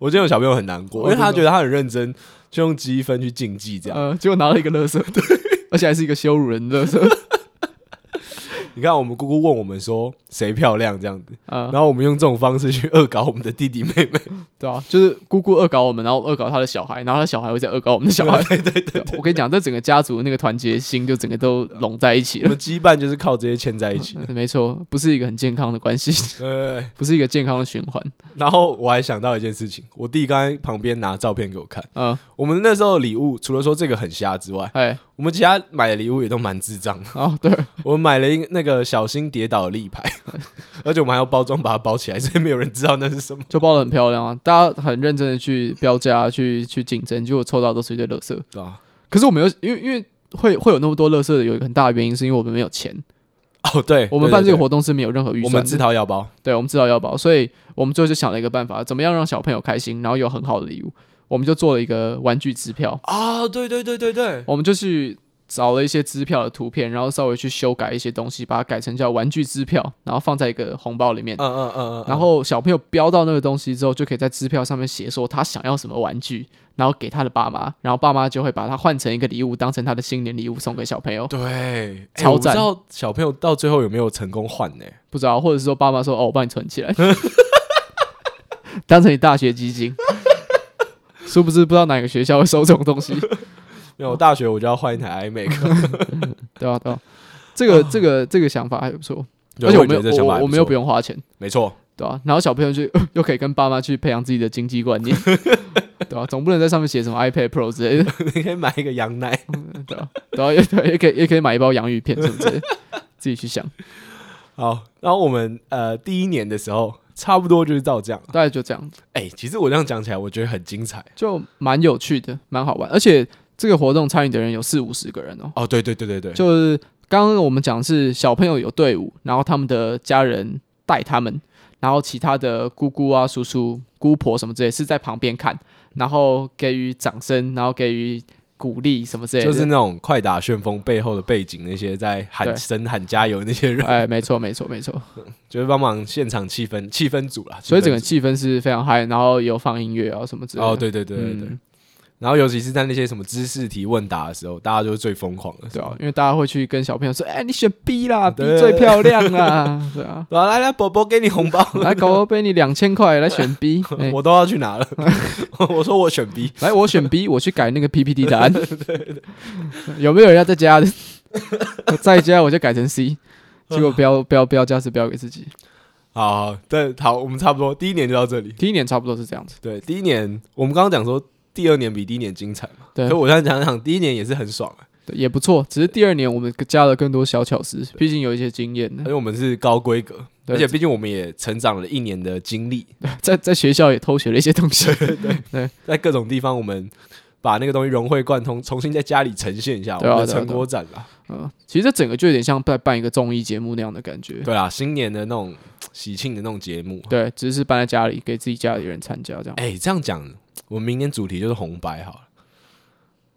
我记得有小朋友很难过，因为他觉得他很认真，就用积分去竞技这样。
呃，结果拿了一个乐色，对，而且还是一个羞辱人的乐色，
你看，我们姑姑问我们说谁漂亮这样子，
啊、
然后我们用这种方式去恶搞我们的弟弟妹 妹。
对啊，就是姑姑恶搞我们，然后恶搞他的小孩，然后他小孩会再恶搞我们的小孩，对对对我跟你讲，这整个家族那个团结心就整个都拢在一起
我
了，
们羁绊就是靠这些牵在一起的。
没错，不是一个很健康的关系，
对，
不是一个健康的循环，
然后我还想到一件事情，我弟刚才旁边拿照片给我看，
嗯、
我们那时候的礼物除了说这个很瞎之外，
哎，
我们其他买的礼物也都蛮智障的。
哦，对，
我们买了一个那个小心跌倒的立牌， 而且我们还要包装把它包起来，所以没有人知道那是什么。
就包的很漂亮啊，大家很认真的去标价、去去竞争，结果抽到都是一堆乐色，
对啊，
可是我们有，因为因为会会有那么多乐色的，有一个很大的原因是因为我们没有钱，
哦对，
我们办这个
对，
活动是没有任何
对对
预算
我
的，
们自掏腰包。
对，我们知道要包，所以我们最后就想了一个办法，怎么样让小朋友开心，然后有很好的礼物，我们就做了一个玩具支票，
啊，对对对对对，
我们就去找了一些支票的图片，然后稍微去修改一些东西，把它改成叫玩具支票，然后放在一个红包里面
嗯，嗯嗯嗯，
然后小朋友标到那个东西之后，就可以在支票上面写说他想要什么玩具，然后给他的爸妈，然后爸妈就会把它换成一个礼物，当成他的新年礼物送给小朋友。
对，哎
超
我不知
赞
道小朋友到最后有没有成功换呢？
不知道，或者是说爸妈说哦，我帮你存 起来，当成你大学基金。殊不知不知道哪个学校会收这种 东西，
没有，我大学我就要换一台 iMac，
对吧、对吧、啊这个这个这个想法还不错，
对
而且我
也觉得这
们
想
又
法还
我我们又不
错，
用花钱，
没错，
对吧、然后小朋友就又可以跟爸妈去培养自己的经济观念，对吧、总不能在上面写什么 iPad Pro 之类的，
你可以买一个羊奶。
对吧、对啊吧、也对，也可以也可以买一包洋芋片什么之类的， 自己去想，
好，然后我们呃第一年的时候，差不多就是到这样。
大概就这样，
哎、其实我这样讲起来，我觉得很精彩。
就蛮有趣的，蛮好玩，而且这个活动参与的人有四五十个人哦，
哦，对对对对对，
就是刚刚我们讲是小朋友有队伍，然后他们的家人带他们，然后其他的姑姑啊、叔叔、姑婆什么之类是在旁边看，然后给予掌声，然后给予鼓励什么之类的。
就是那种快打旋风背后的背景，那些在喊
对
声喊加油那些人，
哎，没错，没错，没错，
就是帮忙现场气氛气氛组啦。
所以
气
整
氛
个
组
气氛是非常嗨，然后有放音乐啊什么之类的。
哦，对对对对对。
嗯
然后尤其是在那些什么知识题问答的时候，大家就是最疯狂的。
对啊，因为大家会去跟小朋友说：“哎，你选 B 啦，B
对
最漂亮啦。” 对啊，
对啊， 来来，宝宝给你红包，
来，狗狗杯你两千块，来选 B。哎
我都要去拿了。 我说我选 B，
来，我选 B，我去改那个 PPT 答 案。有没有人要再加的？ 再加我就改成 C，结 果标标标价是标给自己。
好，好对，好，我们差不多第一年就到这里。
第一年差不多是这样子，
对，第一年我们刚刚讲说第二年比第一年精彩嘛，
对
可我现在想想，第一年也是很爽啊，
对也不错。只是第二年我们加了更多小巧思，毕竟有一些经验
因为我们是高规格，
嗯对
而且毕竟我们也成长了一年的经历，
在在学校也偷学了一些东 西。
在各种地方我们把那个东西融会贯通，重新在家里呈现一下我
对啊
们的
对啊
成果展啦。
嗯，其实这整个就有点像在办一个综艺节目那样的感觉。
对啦，新年的那种喜庆的那种节目，
对，只是搬在家里给自己家里人参加这样。
哎、这样讲，我们明年主题就是红白好了。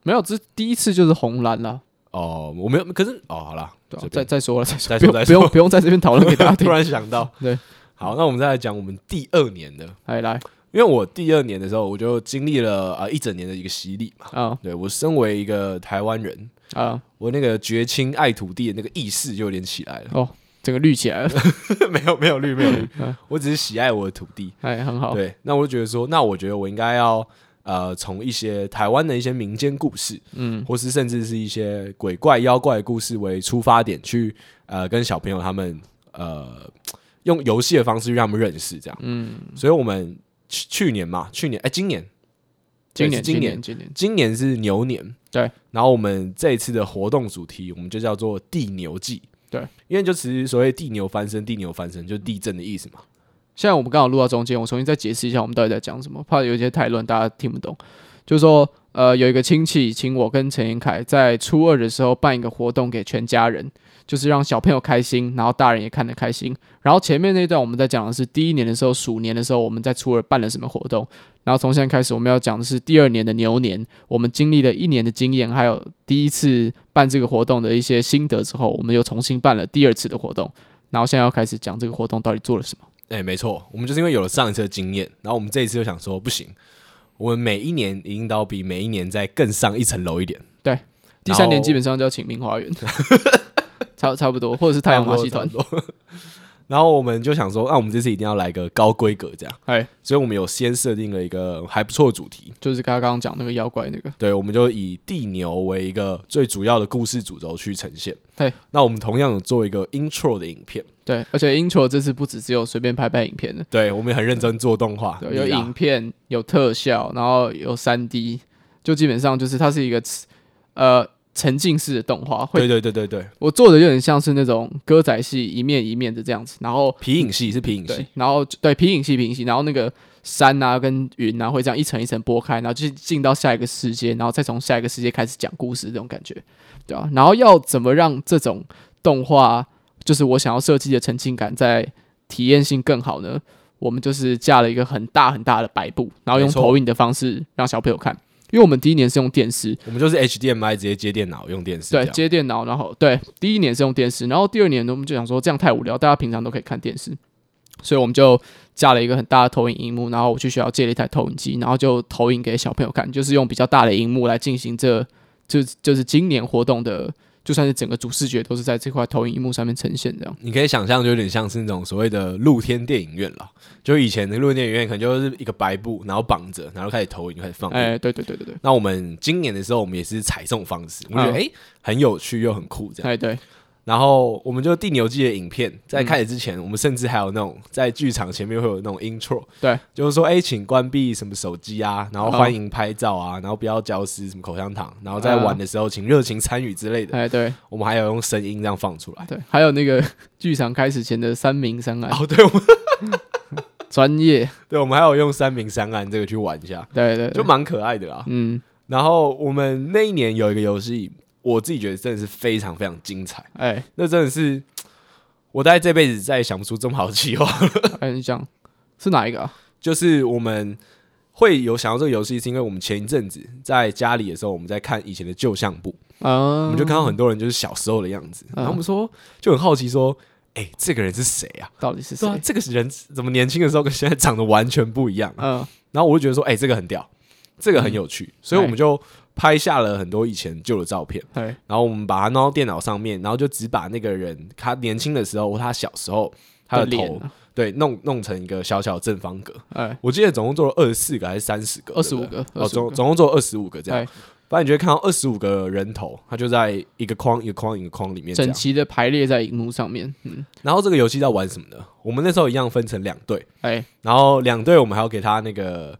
没有，这是第一次就是红蓝啦。
哦，我没有，可是哦，好啦，
对啊
随
再
便
再说了，再
再说
说，不用
再
不
说
用不用在这边讨论给大家听
突。然想到，
对，
好，那我们再来讲我们第二年的，
哎，来
因为我第二年的时候，我就经历了啊、呃一整年的一个洗礼嘛。
啊
对我身为一个台湾人，
啊，
我那个绝亲爱土地的那个意识就有点起来了。
哦，整个绿起来了。
没有没有绿没有绿
嗯，
我只是喜爱我的土地。
哎，很好，
对，那我就觉得说，那我觉得我应该要呃，从一些台湾的一些民间故事，
嗯，
或是甚至是一些鬼怪妖怪的故事为出发点，去呃跟小朋友他们呃用游戏的方式让他们认识这样。嗯，所以我们去去年嘛，去年哎、今年，
今
对
年
是今
年今年
今年是牛年，
对。
然后我们这一次的活动主题，我们就叫做“地牛季”，
对，
因为就其实所谓“地牛翻身”，“地牛翻身”就是地震的意思嘛。
现在我们刚好录到中间，我重新再解释一下我们到底在讲什么，怕有一些太乱大家听不懂。就是说，呃，有一个亲戚请我跟陈彦凯在初二的时候办一个活动给全家人，就是让小朋友开心，然后大人也看得开心。然后前面那段我们在讲的是第一年的时候，鼠年的时候我们在初二办了什么活动，然后从现在开始我们要讲的是第二年的牛年，我们经历了一年的经验，还有第一次办这个活动的一些心得之后，我们又重新办了第二次的活动，然后现在要开始讲这个活动到底做了什么。
哎、没错，我们就是因为有了上一次的经验，然后我们这一次就想说，不行，我们每一年一定都要比每一年再更上一层楼一点。
第三
然
年
后
基本上就要请明花园， 差差不多，或者是太阳马戏团
差。不多。 然后我们就想说，那、啊我们这次一定要来个高规格这样，
哎，
所以我们有先设定了一个还不错的主题。
就是刚刚讲那个妖怪那个，
对，我们就以地牛为一个最主要的故事主轴去呈现。
对，
那我们同样有做一个 intro 的影片，
对，而且 intro 这次不只只有随便拍拍影片的，
对我们也很认真做动画，
对，有
你啦
影片，有特效，然后有三 D，就基本上就是它是一个呃沉浸式的动画，
对
会
对对对对，
我做的有点像是那种歌仔戏一面一面的这样子，然后
皮影戏是皮影戏
对，，然后就对皮影戏皮影戏，然后那个山啊跟云啊会这样一层一层剥开，然后就进到下一个世界，然后再从下一个世界开始讲故事这种感觉，对啊，然后要怎么让这种动画，就是我想要设计的沉浸感，在体验性更好呢？我们就是架了一个很大很大的白布，然后用
没错
投影的方式让小朋友看，因为我们第一年是用电视，
我们就是 HDMI 直接接电脑用电视，
对，，接电脑，然后对，第一年是用电视，然后第二年呢，我们就想说这样太无聊，大家平常都可以看电视，所以我们就架了一个很大的投影荧幕，然后我去学校借了一台投影机，然后就投影给小朋友看，就是用比较大的荧幕来进行这，就就是今年活动的，就算是整个主视觉都是在这块投影荧幕上面呈现这样。
你可以想象，就有点像是那种所谓的露天电影院了。就以前的露天电影院，可能就是一个白布，然后绑着，然后开始投影，开始放。
哎，对对对对对，
那我们今年的时候，我们也是采这种方式，我觉得
嗯
哎、很有趣又很酷这样。
哎嗯对，
然后我们就《地牛记》的影片在开始之前，我们甚至还有那种在剧场前面会有那种 intro，
对，哦
就是说哎、请关闭什么手机啊，然后欢迎拍照啊，然后不要嚼食什么口香糖，然后在
嗯
玩的时候请热情参与之类的。
哎对
我们还有用声音这样放出来。
对，还有那个剧场开始前的三明三案，
哦，对，我们
专业，
对，我们还有用三明三暗这个去玩一下。
对对，对
就蛮可爱的啦。
嗯，
然后我们那一年有一个游戏，我自己觉得真的是非常非常精彩，
哎
那真的是我大概这辈子再也想不出这么好的计划。
哎，你讲是哪一个啊？
就是我们会有想到这个游戏，是因为我们前一阵子在家里的时候，我们在看以前的旧相簿，我
啊
们就看到很多人就是小时候的样子，然后我们说就很好奇说。哎、这个人是谁啊？
嗯到底是
对啊
谁，？
这个人怎么年轻的时候跟现在长得完全不一样啊、
嗯，
然后我就觉得说，哎、这个很屌，这个很有趣，所以我们就拍下了很多以前旧的照片，
对，
然后我们把它弄到电脑上面，然后就只把那个人他年轻的时候或他小时候他的
脸
头，
啊，
对，弄弄成一个小小的正方格。
哎，
我记得总共做了二十四个还是三十个，
25
对不对
个
哦，
25
总
个
总共做了二十五个这样
对。
反正你就会看到二十五个人头，他就在一个框一个框一个框里面这
整
样。
齐的排列在荧幕上面，嗯，
然后这个游戏在玩什么呢？我们那时候一样分成两队，
哎，
然后两队我们还要给他那个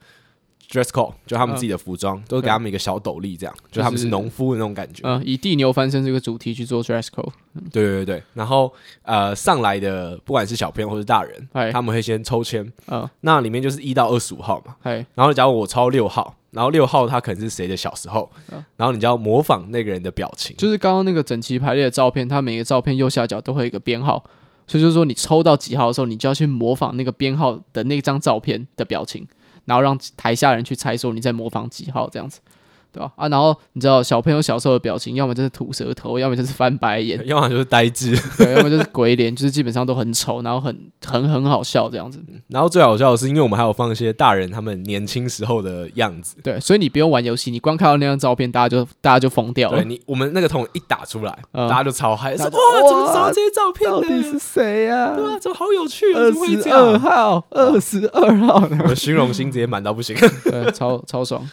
dress code，就他们自己的服装，都是给他们一个小斗笠，这样，就他们是农夫的那种感觉。
嗯，以地牛翻身这个主题去做 dress code，
对对对对。然后呃，上来的不管是小朋友或是大人，
哎，
他们会先抽签，
嗯，
那里面就是一到二十五号嘛。
哎，
然后假如我抽六号，然后六号他可能是谁的小时候，
嗯
然后你就要模仿那个人的表情。
就是刚刚那个整齐排列的照片，它每个照片右下角都会有一个编号，所以就是说你抽到几号的时候，你就要去模仿那个编号的那张照片的表情，然后让台下人去猜说你在模仿几号这样子。对吧？啊，然后你知道小朋友小时候的表情，要么就是吐舌头，要么就是翻白眼，
要么就是呆滞，
对，要么就是鬼脸，就是基本上都很丑，然后很很很好笑这样子。
然后最好笑的是，因为我们还有放一些大人他们年轻时候的样子，
对，所以你不用玩游戏，你光看到那张照片，大家就大家就疯掉了
对。你，我们那个桶一打出来，
嗯
大家就超嗨，说
大
哇，
家
怎么找
哇
到这些照片
到底
呢？
是谁呀、
对啊，怎么好有趣啊？
二
怎么会
十
这
二
样？
号，二十二号呢？
我的虚荣心直接满到不行。
对，超超爽。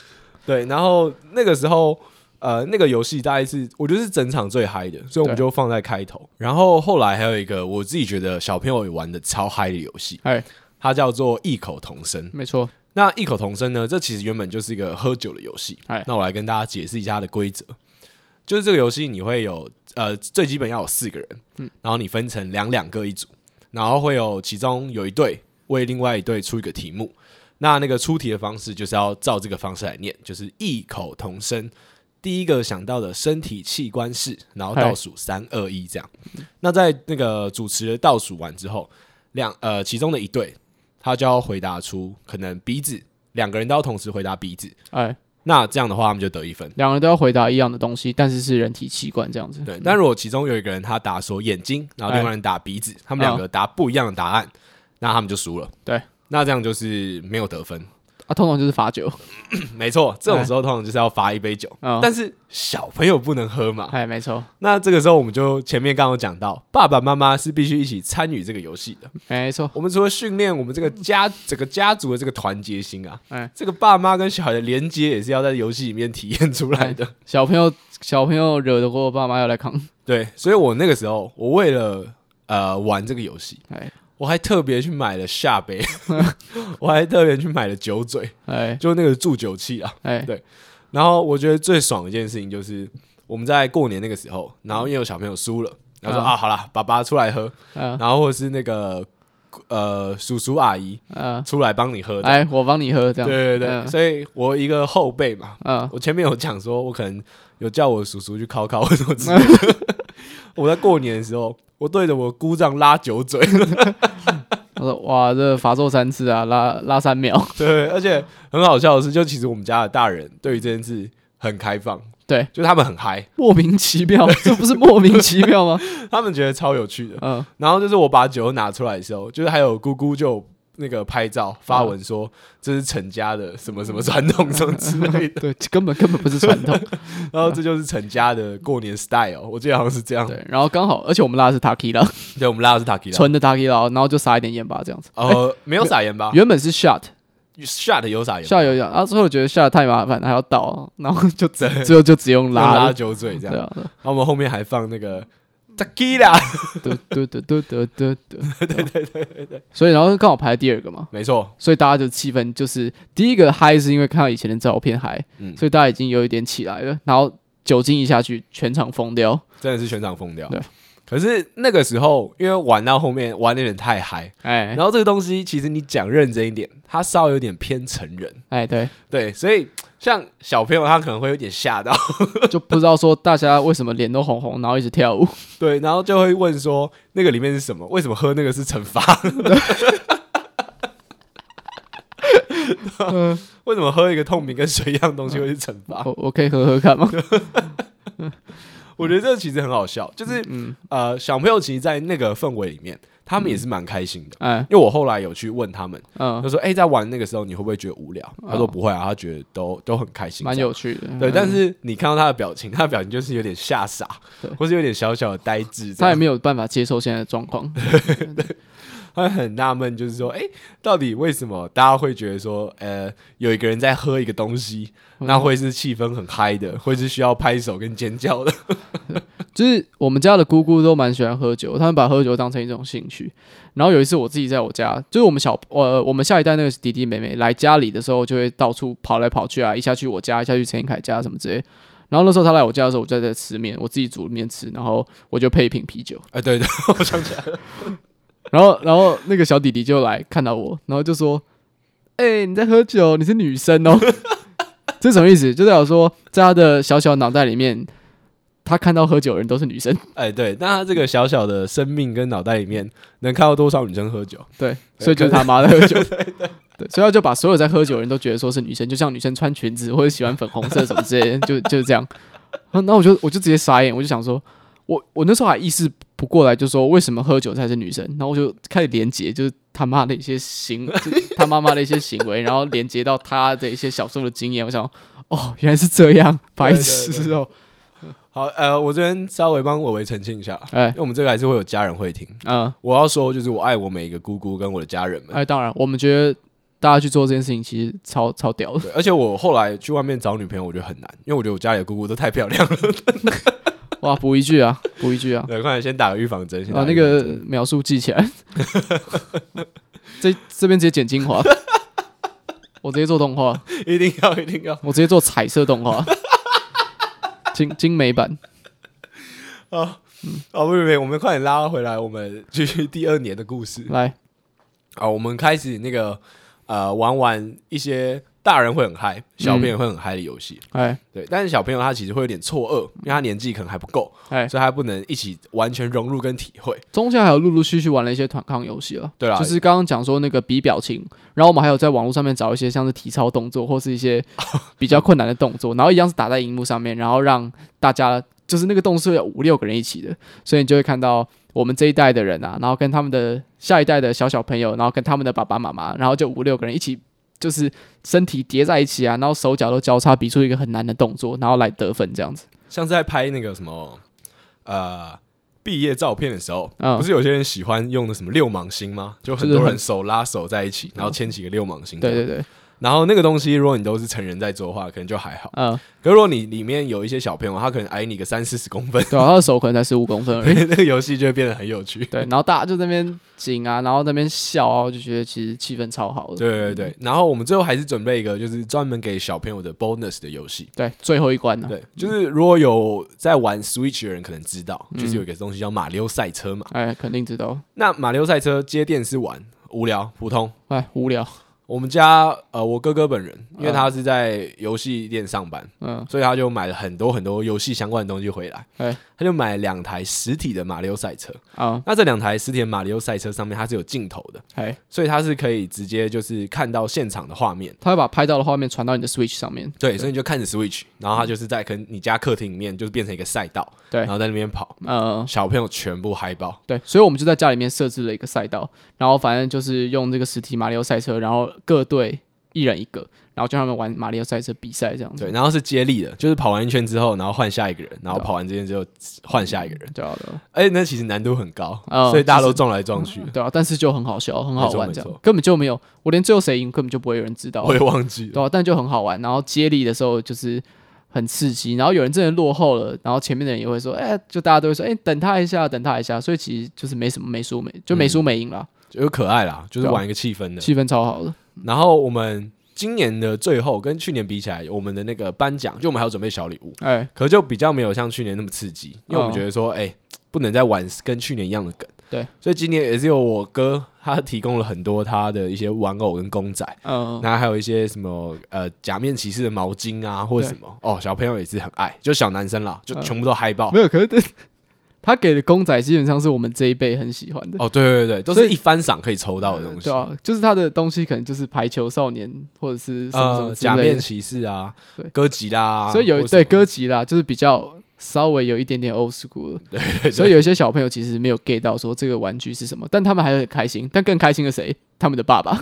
对，然后那个时候，呃，那个游戏大概是我觉得是整场最嗨的，所以我们
对
就放在开头。然后后来还有一个我自己觉得小朋友也玩的超嗨的游戏，
哎，
它叫做异口同声。
没错，
那异口同声呢？这其实原本就是一个喝酒的游戏
哎。
那我来跟大家解释一下它的规则，就是这个游戏你会有呃最基本要有四个人，然后你分成两两个一组，然后会有其中有一队为另外一队出一个题目。那那个出题的方式就是要照这个方式来念，就是异口同声。第一个想到的身体器官是，然后倒数三二一这样。那在那个主持人倒数完之后，两呃其中的一队他就要回答出可能鼻子，两个人都要同时回答鼻子。
哎，
那这样的话，他们就得一分。
两个人都要回答一样的东西，但是是人体器官这样子。
对，但如果其中有一个人他答说眼睛，然后另外人打鼻子，他们两个答不一样的答案，那他们就输了。
对，
那这样就是没有得分。
啊，通常就是罚酒。
没错，这种时候通常就是要罚一杯酒，
嗯，
但是小朋友不能喝嘛。
哎，没错，
那这个时候我们就前面刚刚有讲到，爸爸妈妈是必须一起参与这个游戏的。
没错，
我们除了训练我们这个 家整个家族的这个团结心啊，
哎
这个爸妈跟小孩的连接也是要在游戏里面体验出来的。
小朋友小朋友惹得过爸妈要来扛。
对，所以我那个时候，我为了呃玩这个游戏，
哎
我还特别去买了下杯， 我还特别去买了酒嘴，
哎
就那个助酒器啊。
哎
对然后我觉得最爽的一件事情就是我们在过年那个时候，然后因为有小朋友输了，然后说、
嗯
啊，好啦，爸爸出来喝，
嗯
然后或者是那个呃叔叔阿姨
嗯，
出来帮你喝的。
哎，我帮你喝这样。
对对对，
嗯
所以我一个后辈嘛，
嗯，
我前面有讲说，我可能有叫我叔叔去考考或什么之类的。 我在过年的时候，我对着我姑丈拉酒嘴，
我说哇，这罚坐三次啊，拉拉三秒。
对，而且很好笑的是，就其实我们家的大人对于这件事很开放，
对，
就他们很嗨，
莫名其妙，这不是莫名其妙吗？
他们觉得超有趣的。
嗯，
然后就是我把酒拿出来的时候，就是还有姑姑就那个拍照发文说这是陈家的什么什么传统什么之类 的，
对，根本根本不是传 统。
然后这就是陈家的过年 style，我记得好像是这样。
对，然后刚好，而且我们拉的是 tequila，
对，我们拉的是塔 q 拉，
纯的 tequila，然后就撒一点盐巴这样子。
呃，没有撒盐吧
原本是 shot
？shot 有撒盐吧，
下游讲，啊，最后觉得下的太麻烦，还要倒，然后 就只
对
最后就只用
拉
拉
拉
了，
酒嘴这样。
对
然
啊，
后我们后面还放那个 tequila，
对啊对对对对对对 对对对对，所以然后刚好排第二个嘛，
没错，
所以大家的气氛就是第一个嗨是因为看到以前的照片嗨，
嗯
所以大家已经有一点起来了，然后酒精一下去，全场疯掉，
真的是全场疯掉
对。
可是那个时候，因为玩到后面玩的有点太嗨，
哎
然后这个东西其实你讲认真一点，它稍微有点偏成人，
哎对，
对，所以像小朋友他可能会有点吓到，
就不知道说大家为什么脸都红红，然后一直 跳舞，
对，然后就会问说那个里面是什么？为什么喝那个是惩 罚？
嗯
为什么喝一个透明跟水一样的东西会是惩罚？
我我可以喝喝看 吗？
我觉得这其实很好笑，就是
嗯，
呃，小朋友其实，在那个氛围里面，他们也是蛮开心的。
哎
因为我后来有去问他们，
嗯，
就说：“哎、在玩那个时候，你会不会觉得无聊？”他说：“不会啊，他觉得都都很开心。”
蛮有趣的，
对，
嗯
但是你看到他的表情，他的表情就是有点吓傻
对，
或是有点小小的呆滞这
他也
样。
没有办法接受现在的状况，
他会很纳闷，就是说：“哎、到底为什么大家会觉得说，呃，有一个人在喝一个东西，
嗯
那会是气氛很嗨的，会是需要拍手跟尖叫的？”
就是我们家的姑姑都蛮喜欢喝酒，他们把喝酒当成一种兴趣。然后有一次我自己在我家，就是我们小呃我们下一代那个弟弟妹妹来家里的时候，就会到处跑来跑去啊，一下去我家，一下去陈一凯家什么之类。然后那时候他来我家的时候，我就在吃面，我自己煮面吃，然后我就配一瓶啤酒。
哎、对对，我想起来了，
然后 然后那个小弟弟就来看到我，然后就说：“哎、你在喝酒？你是女生哦。” 这什么意思？就代表说，在他的小小脑袋里面，他看到喝酒的人都是女生。
哎、对，那他这个小小的生命跟脑袋里面，能看到多少女生喝酒？
对，所以就是他妈在喝酒。对，所以他就把所有在喝酒的人都觉得说是女生，就像女生穿裙子或者喜欢粉红色什么之类的，就就是这样。然后我就我就直接傻眼，我就想说，我我那时候还意识不过来，就说为什么喝酒才是女生？然后我就开始连接，就是他妈的一些行，就是他妈妈的一些行为，然后连接到他的一些小时候的经验。我想，哦，原来是这样，白痴哦、
好，呃，我这边稍微帮伟伟澄清一下，
哎
因为我们这个还是会有家人会听。
嗯，
我要说，就是我爱我每一个姑姑跟我的家人们。
哎，当然，我们觉得大家去做这件事情其实超超屌的。
对，而且我后来去外面找女朋友，我觉得很难，因为我觉得我家里的姑姑都太漂亮了。
哇，补一句啊，补一句啊，
对，快点先打个预防针。先打
啊，那
预防
个
针
描述记起来，这这边直接剪精华。我直接做动画，
一定要一定要
我直接做彩色动画，精精美版。
啊！哦，不不不，我们快点拉回来，我们继续第二年的故事
来，
啊、我们开始那个呃玩玩一些大人会很嗨，小朋友会很嗨的游戏。
哎
对，但是小朋友他其实会有点错愕，因为他年纪可能还不够，
哎，
所以他不能一起完全融入跟体会。
中间还有陆陆续续玩了一些团康游戏了。
对啦
就是刚刚讲说那个比表情，然后我们还有在网络上面找一些像是体操动作或是一些比较困难的动作，然后一样是打在荧幕上面，然后让大家就是那个动作有五六个人一起的，所以你就会看到我们这一代的人啊，然后跟他们的下一代的小小朋友，然后跟他们的爸爸妈妈，然后就五六个人一起。就是身体叠在一起啊，然后手脚都交叉，比出一个很难的动作，然后来得分这样子。
像是在拍那个什么呃毕业照片的时候，
嗯
不是有些人喜欢用的什么六芒星吗？就很
就是
多
很
人手拉手在一起，然后牵起个六芒星。
对对。对，
然后那个东西，如果你都是成人在做的话，可能就还好。
嗯，
可是如果你里面有一些小朋友，他可能矮你个三四十公分，
对啊，他的手可能才十五 公分而已。
那个游戏就会变得很有趣。
对，然后大家就在那边紧啊，然后在那边笑啊，我就觉得其实气氛超好的。
对对对，然后我们最后还是准备一个，就是专门给小朋友的 bonus 的游戏。
对，最后一关呢、
对，就是如果有在玩 Switch 的人可能知道，
嗯
就是有一个东西叫马里奥赛车嘛。
哎，肯定知道。
那马里奥赛车接电视玩无聊普通。
哎，无聊，
我们家呃，我哥哥本人，因为他是在游戏店上班，
嗯，
所以他就买了很多很多游戏相关的东西回来。
哎，
他就买了两台实体的马里奥赛车。
啊，
那这两台实体的马里奥赛车上面它是有镜头的，
哎，
所以它是可以直接就是看到现场的画面。
他会把拍到的画面传到你的 Switch 上面。
对，所以你就看着 Switch，然后它就是在可能你家客厅里面就是变成一个赛道，
对
然后在那边跑，
呃，
小朋友全部嗨爆，
对，所以我们就在家里面设置了一个赛道，然后反正就是用这个实体马里奥赛车，然后各队一人一个，然后叫他们玩马里奥赛车比赛这样子。
对，然后是接力的，就是跑完一圈之后，然后换下一个人，
啊
然后跑完这圈之后换下一个人，
对啊，对啊，
而且那其实难度很高，
哦
所以大家都撞来撞去，
对啊，但是就很好笑，很好
嗯没错
玩
没
这样
错，
根本就没有，我连最后谁赢根本就不会有人知道。
我也忘记了，
对、啊，但就很好玩。然后接力的时候就是很刺激，然后有人真的落后了，然后前面的人也会说，哎、就大家都会说，哎、等他一下，等他一下。所以其实就是没什么没输没就没输没赢啦，
就可爱啦，就是
对啊
玩一个气氛的。
气氛超好的。
然后我们今年的最后跟去年比起来，我们的那个颁奖，就我们还要准备小礼物，
哎、
可就比较没有像去年那么刺激，因为我们
哦
觉得说，哎、不能再玩跟去年一样的梗。
对，
所以今年也是有我哥他提供了很多他的一些玩偶跟公仔，
嗯、
那还有一些什么呃假面骑士的毛巾啊或者什么哦，小朋友也是很爱，就小男生啦，就
嗯
全部都嗨爆。
没有，可是他给的公仔基本上是我们这一辈很喜欢的。
哦，对对对，都
所
是
以
一翻赏可以抽到的东西
对。啊，就是他的东西可能就是排球少年或者是什么什么
呃，
之类
假
的
面骑士啊
对，
哥吉拉啊，
所以有
或者
对歌集啦，就是比较稍微有一点点 old school 了。
对
所以有一些小朋友其实没有 get 到说这个玩具是什么，但他们还很开心。但更开心的谁？他们的爸 爸。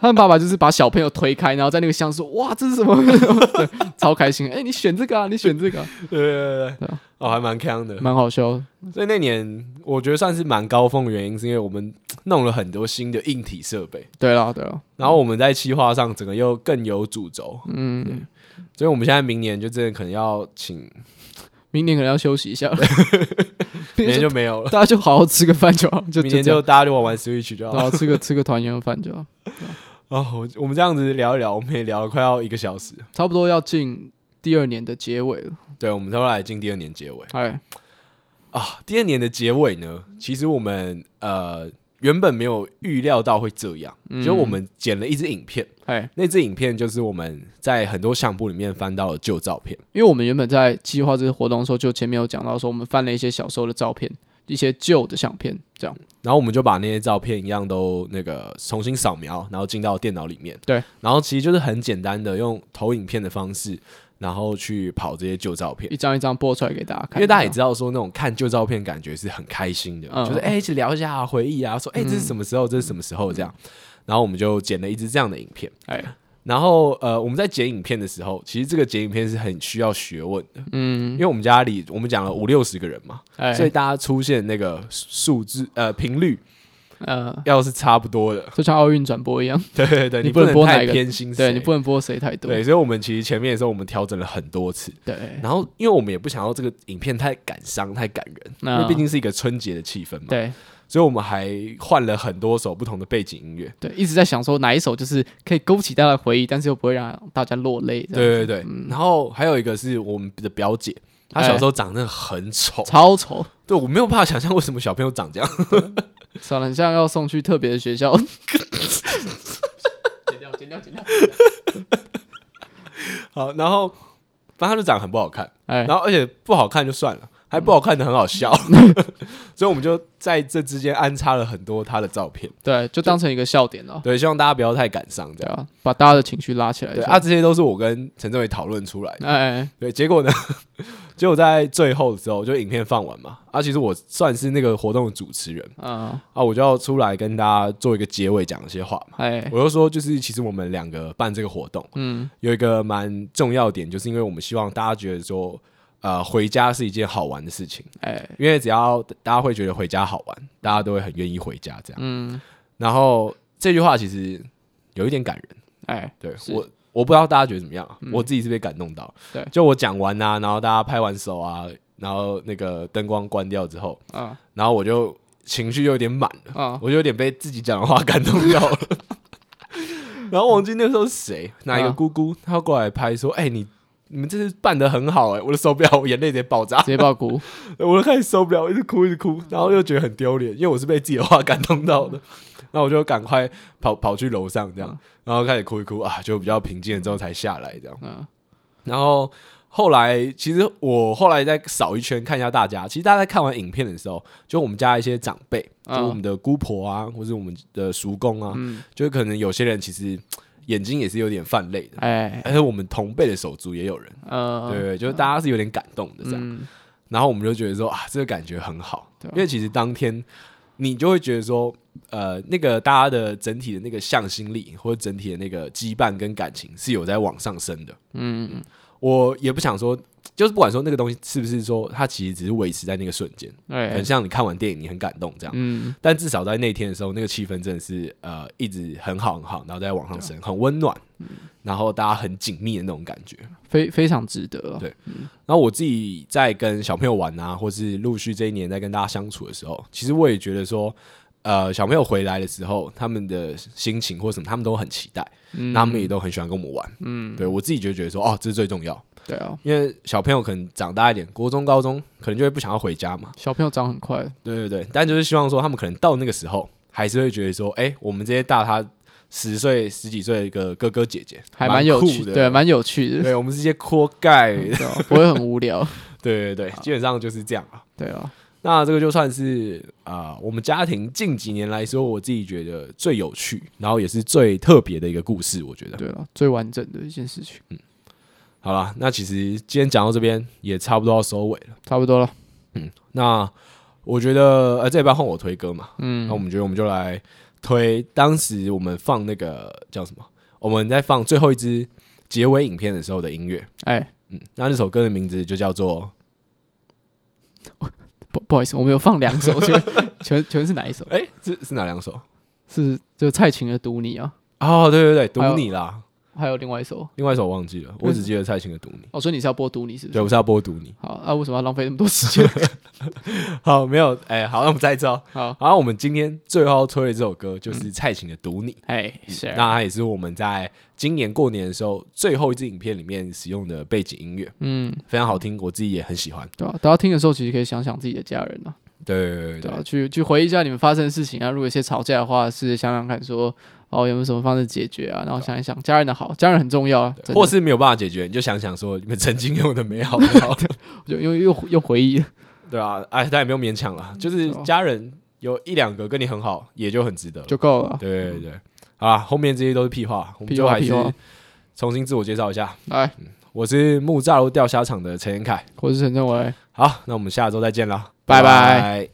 他们爸爸就是把小朋友推开，然后在那个箱说：“哇，这是什么？” 对超开心！哎、你选这个啊，你选这个、啊，
对对对
对
对
啊，
哦，还蛮强的。
蛮好笑的。
所以那年我觉得算是蛮高峰的原因，是因为我们弄了很多新的硬体设备，
对啦，对啦，
然后我们在企划上整个又更有主轴，
嗯，
所以我们现在明年就真的可能要请，
明年可能要休息一下，
明
明
年
年
就
就
没有了，
大家就好好吃个饭就好，就
明年
这
就
样
大家就玩玩 Switch 就好
对
了。
啊，吃个吃个团圆饭就好，
哦，我我们这样子聊一聊，我们也聊了快要一个小时，
差不多要进第二年的结尾了。
对，啊我们都要来进第二年结尾
哎，
啊。第二年的结尾呢，其实我们呃原本没有预料到会这样，就是我们剪了一支影片，
哎，
那支影片就是我们在很多相簿里面翻到了旧照片。
因为我们原本在计划这个活动的时候，就前面有讲到说，我们翻了一些小时候的照片，一些旧的相片，这样。
然后我们就把那些照片一样都那个重新扫描，然后进到电脑里面。
对，
然后其实就是很简单的用投影片的方式，然后去跑这些旧照片
一。张一张播出来给大家看，
因为大家也知道说那种看旧照片感觉是很开心的，
嗯
就是哎、一起聊一下、回忆啊，说哎、这是什么时候，这是什么时候这样。然后我们就剪了一支这样的影片。
这样，嗯哎，
然后呃，我们在剪影片的时候，其实这个剪影片是很需要学问的，因
嗯，
为我们家里我们讲了五六十个人嘛，
哎，
所以大家出现那个数字呃频率
呃，
要是差不多的，
就像奥运转播一样，
对对对，
你
不
不能播哪
太
一个
偏心谁，
对你不能播谁太多，
对，所以我们其实前面的时候我们调整了很多次，
对
然后因为我们也不想要这个影片太感伤、太感人，因
那
为毕竟是一个春节的气氛嘛，
啊对
所以我们还换了很多首不同的背景音乐。
对，一直在想说哪一首就是可以勾起大家的回忆，但是又不会让大家落泪。这样嗯
对对对，然后还有一个是我们的表姐，她
哎
小时候长得很丑，
超丑，
对我没有办法想象为什么小朋友长这样。
长得很像要送去特别的学校。剪掉，剪掉，剪掉。
好，然后反正她就长得很不好看，
哎
然，后而且不好看就算了，还不好看的很好 笑，所以我们就在这之间安插了很多她的照片。
对，就当成一个笑点了。
对，希望大家不要太感伤，这
对
样。
啊，把大家的情绪拉起来一
对
下。
啊，这些都是我跟陈政伟讨论出来的。
哎，
对，啊结果呢， 结果在最后的时候，就影片放完嘛，啊，其实我算是那个活动的主持人
嗯，
啊，我就要出来跟大家做一个结尾，讲一些话嘛。
哎，
我就说，就是其实我们两个办这个活动，
嗯，
有一个蛮重要的点，就是因为我们希望大家觉得说，呃，回家是一件好玩的事情，
哎，
因为只要大家会觉得回家好玩，大家都会很愿意回家这样。
嗯，
然后这句话其实有一点感人。
哎，
对
是嗯
我，我不知道大家觉得怎么样啊，我自己是被感动到。
对
就我讲完啊，然后大家拍完手啊，然后那个灯光关掉之后，
啊
然后我就情绪有点满了，
啊，
我就有点被自己讲的话感动掉 了。然后忘记那时候是谁，哪一个
啊
姑姑，她过来拍说：“哎、你你们这次办的很好哎、我的手表，我眼泪直接爆炸
直，接爆哭。
我都开始受不了，我一直哭一直哭，然后又觉得很丢脸，因为我是被自己的话感动到 的。那我就赶快跑跑去楼上这
嗯
样，然后开始哭一哭啊，就比较平静了之后才下来这样。
嗯，
然后后来其实我后来再扫一圈看一下大家，其实大家在看完影片的时候，就我们家一些长辈，就
嗯
我们的姑婆啊，或是我们的叔公啊，就可能有些人其实眼睛也是有点泛泪的，
哎，
而且我们同辈的手足也有人，
呃，
对对，就是大家是有点感动的这样。
嗯，
然后我们就觉得说啊，这个感觉很好，
对啊
因为其实当天你就会觉得说，呃，那个大家的整体的那个向心力或者整体的那个羁绊跟感情是有在往上升的。
嗯，
我也不想说，就是不管说那个东西是不是说它其实只是维持在那个瞬间，
哎
很，像你看完电影你很感动这样，
嗯，
但至少在那天的时候，那个气氛真的是呃一直很好很好，然后在往上
啊
升，很温暖，然后大家很紧密的那种感觉。
非非常值得。
对然后我自己在跟小朋友玩啊，或是陆续这一年在跟大家相处的时候，其实我也觉得说，呃，小朋友回来的时候，他们的心情或什么，他们都很期待，
嗯
那他们也都很喜欢跟我们玩。嗯，对我自己就觉得说，哦，这是最重要，
对啊，
因为小朋友可能长大一点，国中、高中可能就会不想要回家嘛。
小朋友长很快。
对对对，但就是希望说，他们可能到那个时候，还是会觉得说，哎、我们这些大他十岁、十几岁的哥哥姐姐，
还蛮有
酷
趣，
的，
对，蛮有趣的，
对我们这些锅盖，
对啊，不会很无聊，
对对对，基本上就是这样啊。
对啊，
那这个就算是啊、呃我们家庭近几年来说，我自己觉得最有趣，然后也是最特别的一个故事。我觉得，
对啊，最完整的一件事情，
好了，那其实今天讲到这边也差不多要收尾了。
差不多了，
那我觉得，呃，这一半换我推歌嘛，
嗯
那我，们觉得我们就来推当时我们放那个叫什么？我们在放最后一支结尾影片的时候的音乐，
哎，
嗯，那那首歌的名字就叫做
不不好意思，我们有放两首， 全全全是哪一首？
哎、是是哪两首？
是就蔡琴的《读你》啊，
哦，对对对，
还
读
有
你啦，
还有另外一首，
另外一首我忘记了，我只记得蔡琴的《读你
哦，所以你是要播《读你》是》，不
对，
是？
我是要播《读你》。
好，那为什么要浪费那么多时间？
好，没有，哎、好，那我们再一次哦。
好，
然后我们今天最后推的这首歌
嗯
就是蔡琴的《读你》，
哎，是啊，
嗯那它也是我们在今年过年的时候最后一支影片里面使用的背景音乐，
嗯，
非常好听，我自己也很喜欢。
对啊，大家听的时候其实可以想想自己的家人啊，
对对对
对
对
啊，去去回忆一下你们发生的事情啊。如果有些吵架的话，是想想看说哦有没有什么方式解决啊，然后想一想家人的好，家人很重要啊。
对或
是
是没有办法解决，你就想想说你们曾经有的美 好，然后
又又又又回忆了，
对啊，哎，但也没有勉强了，就是
对啊
家人有一两个跟你很好，也就很值得了。
就够了啊。
对对对，好啦，后面这些都是屁话，我们
屁
就
话
还
屁
是
话
重新自我介绍一下，
来，
我是木栅路钓虾场的陈彦凯。
我是陈正伟。
好，那我们下周再见啦，
拜拜
拜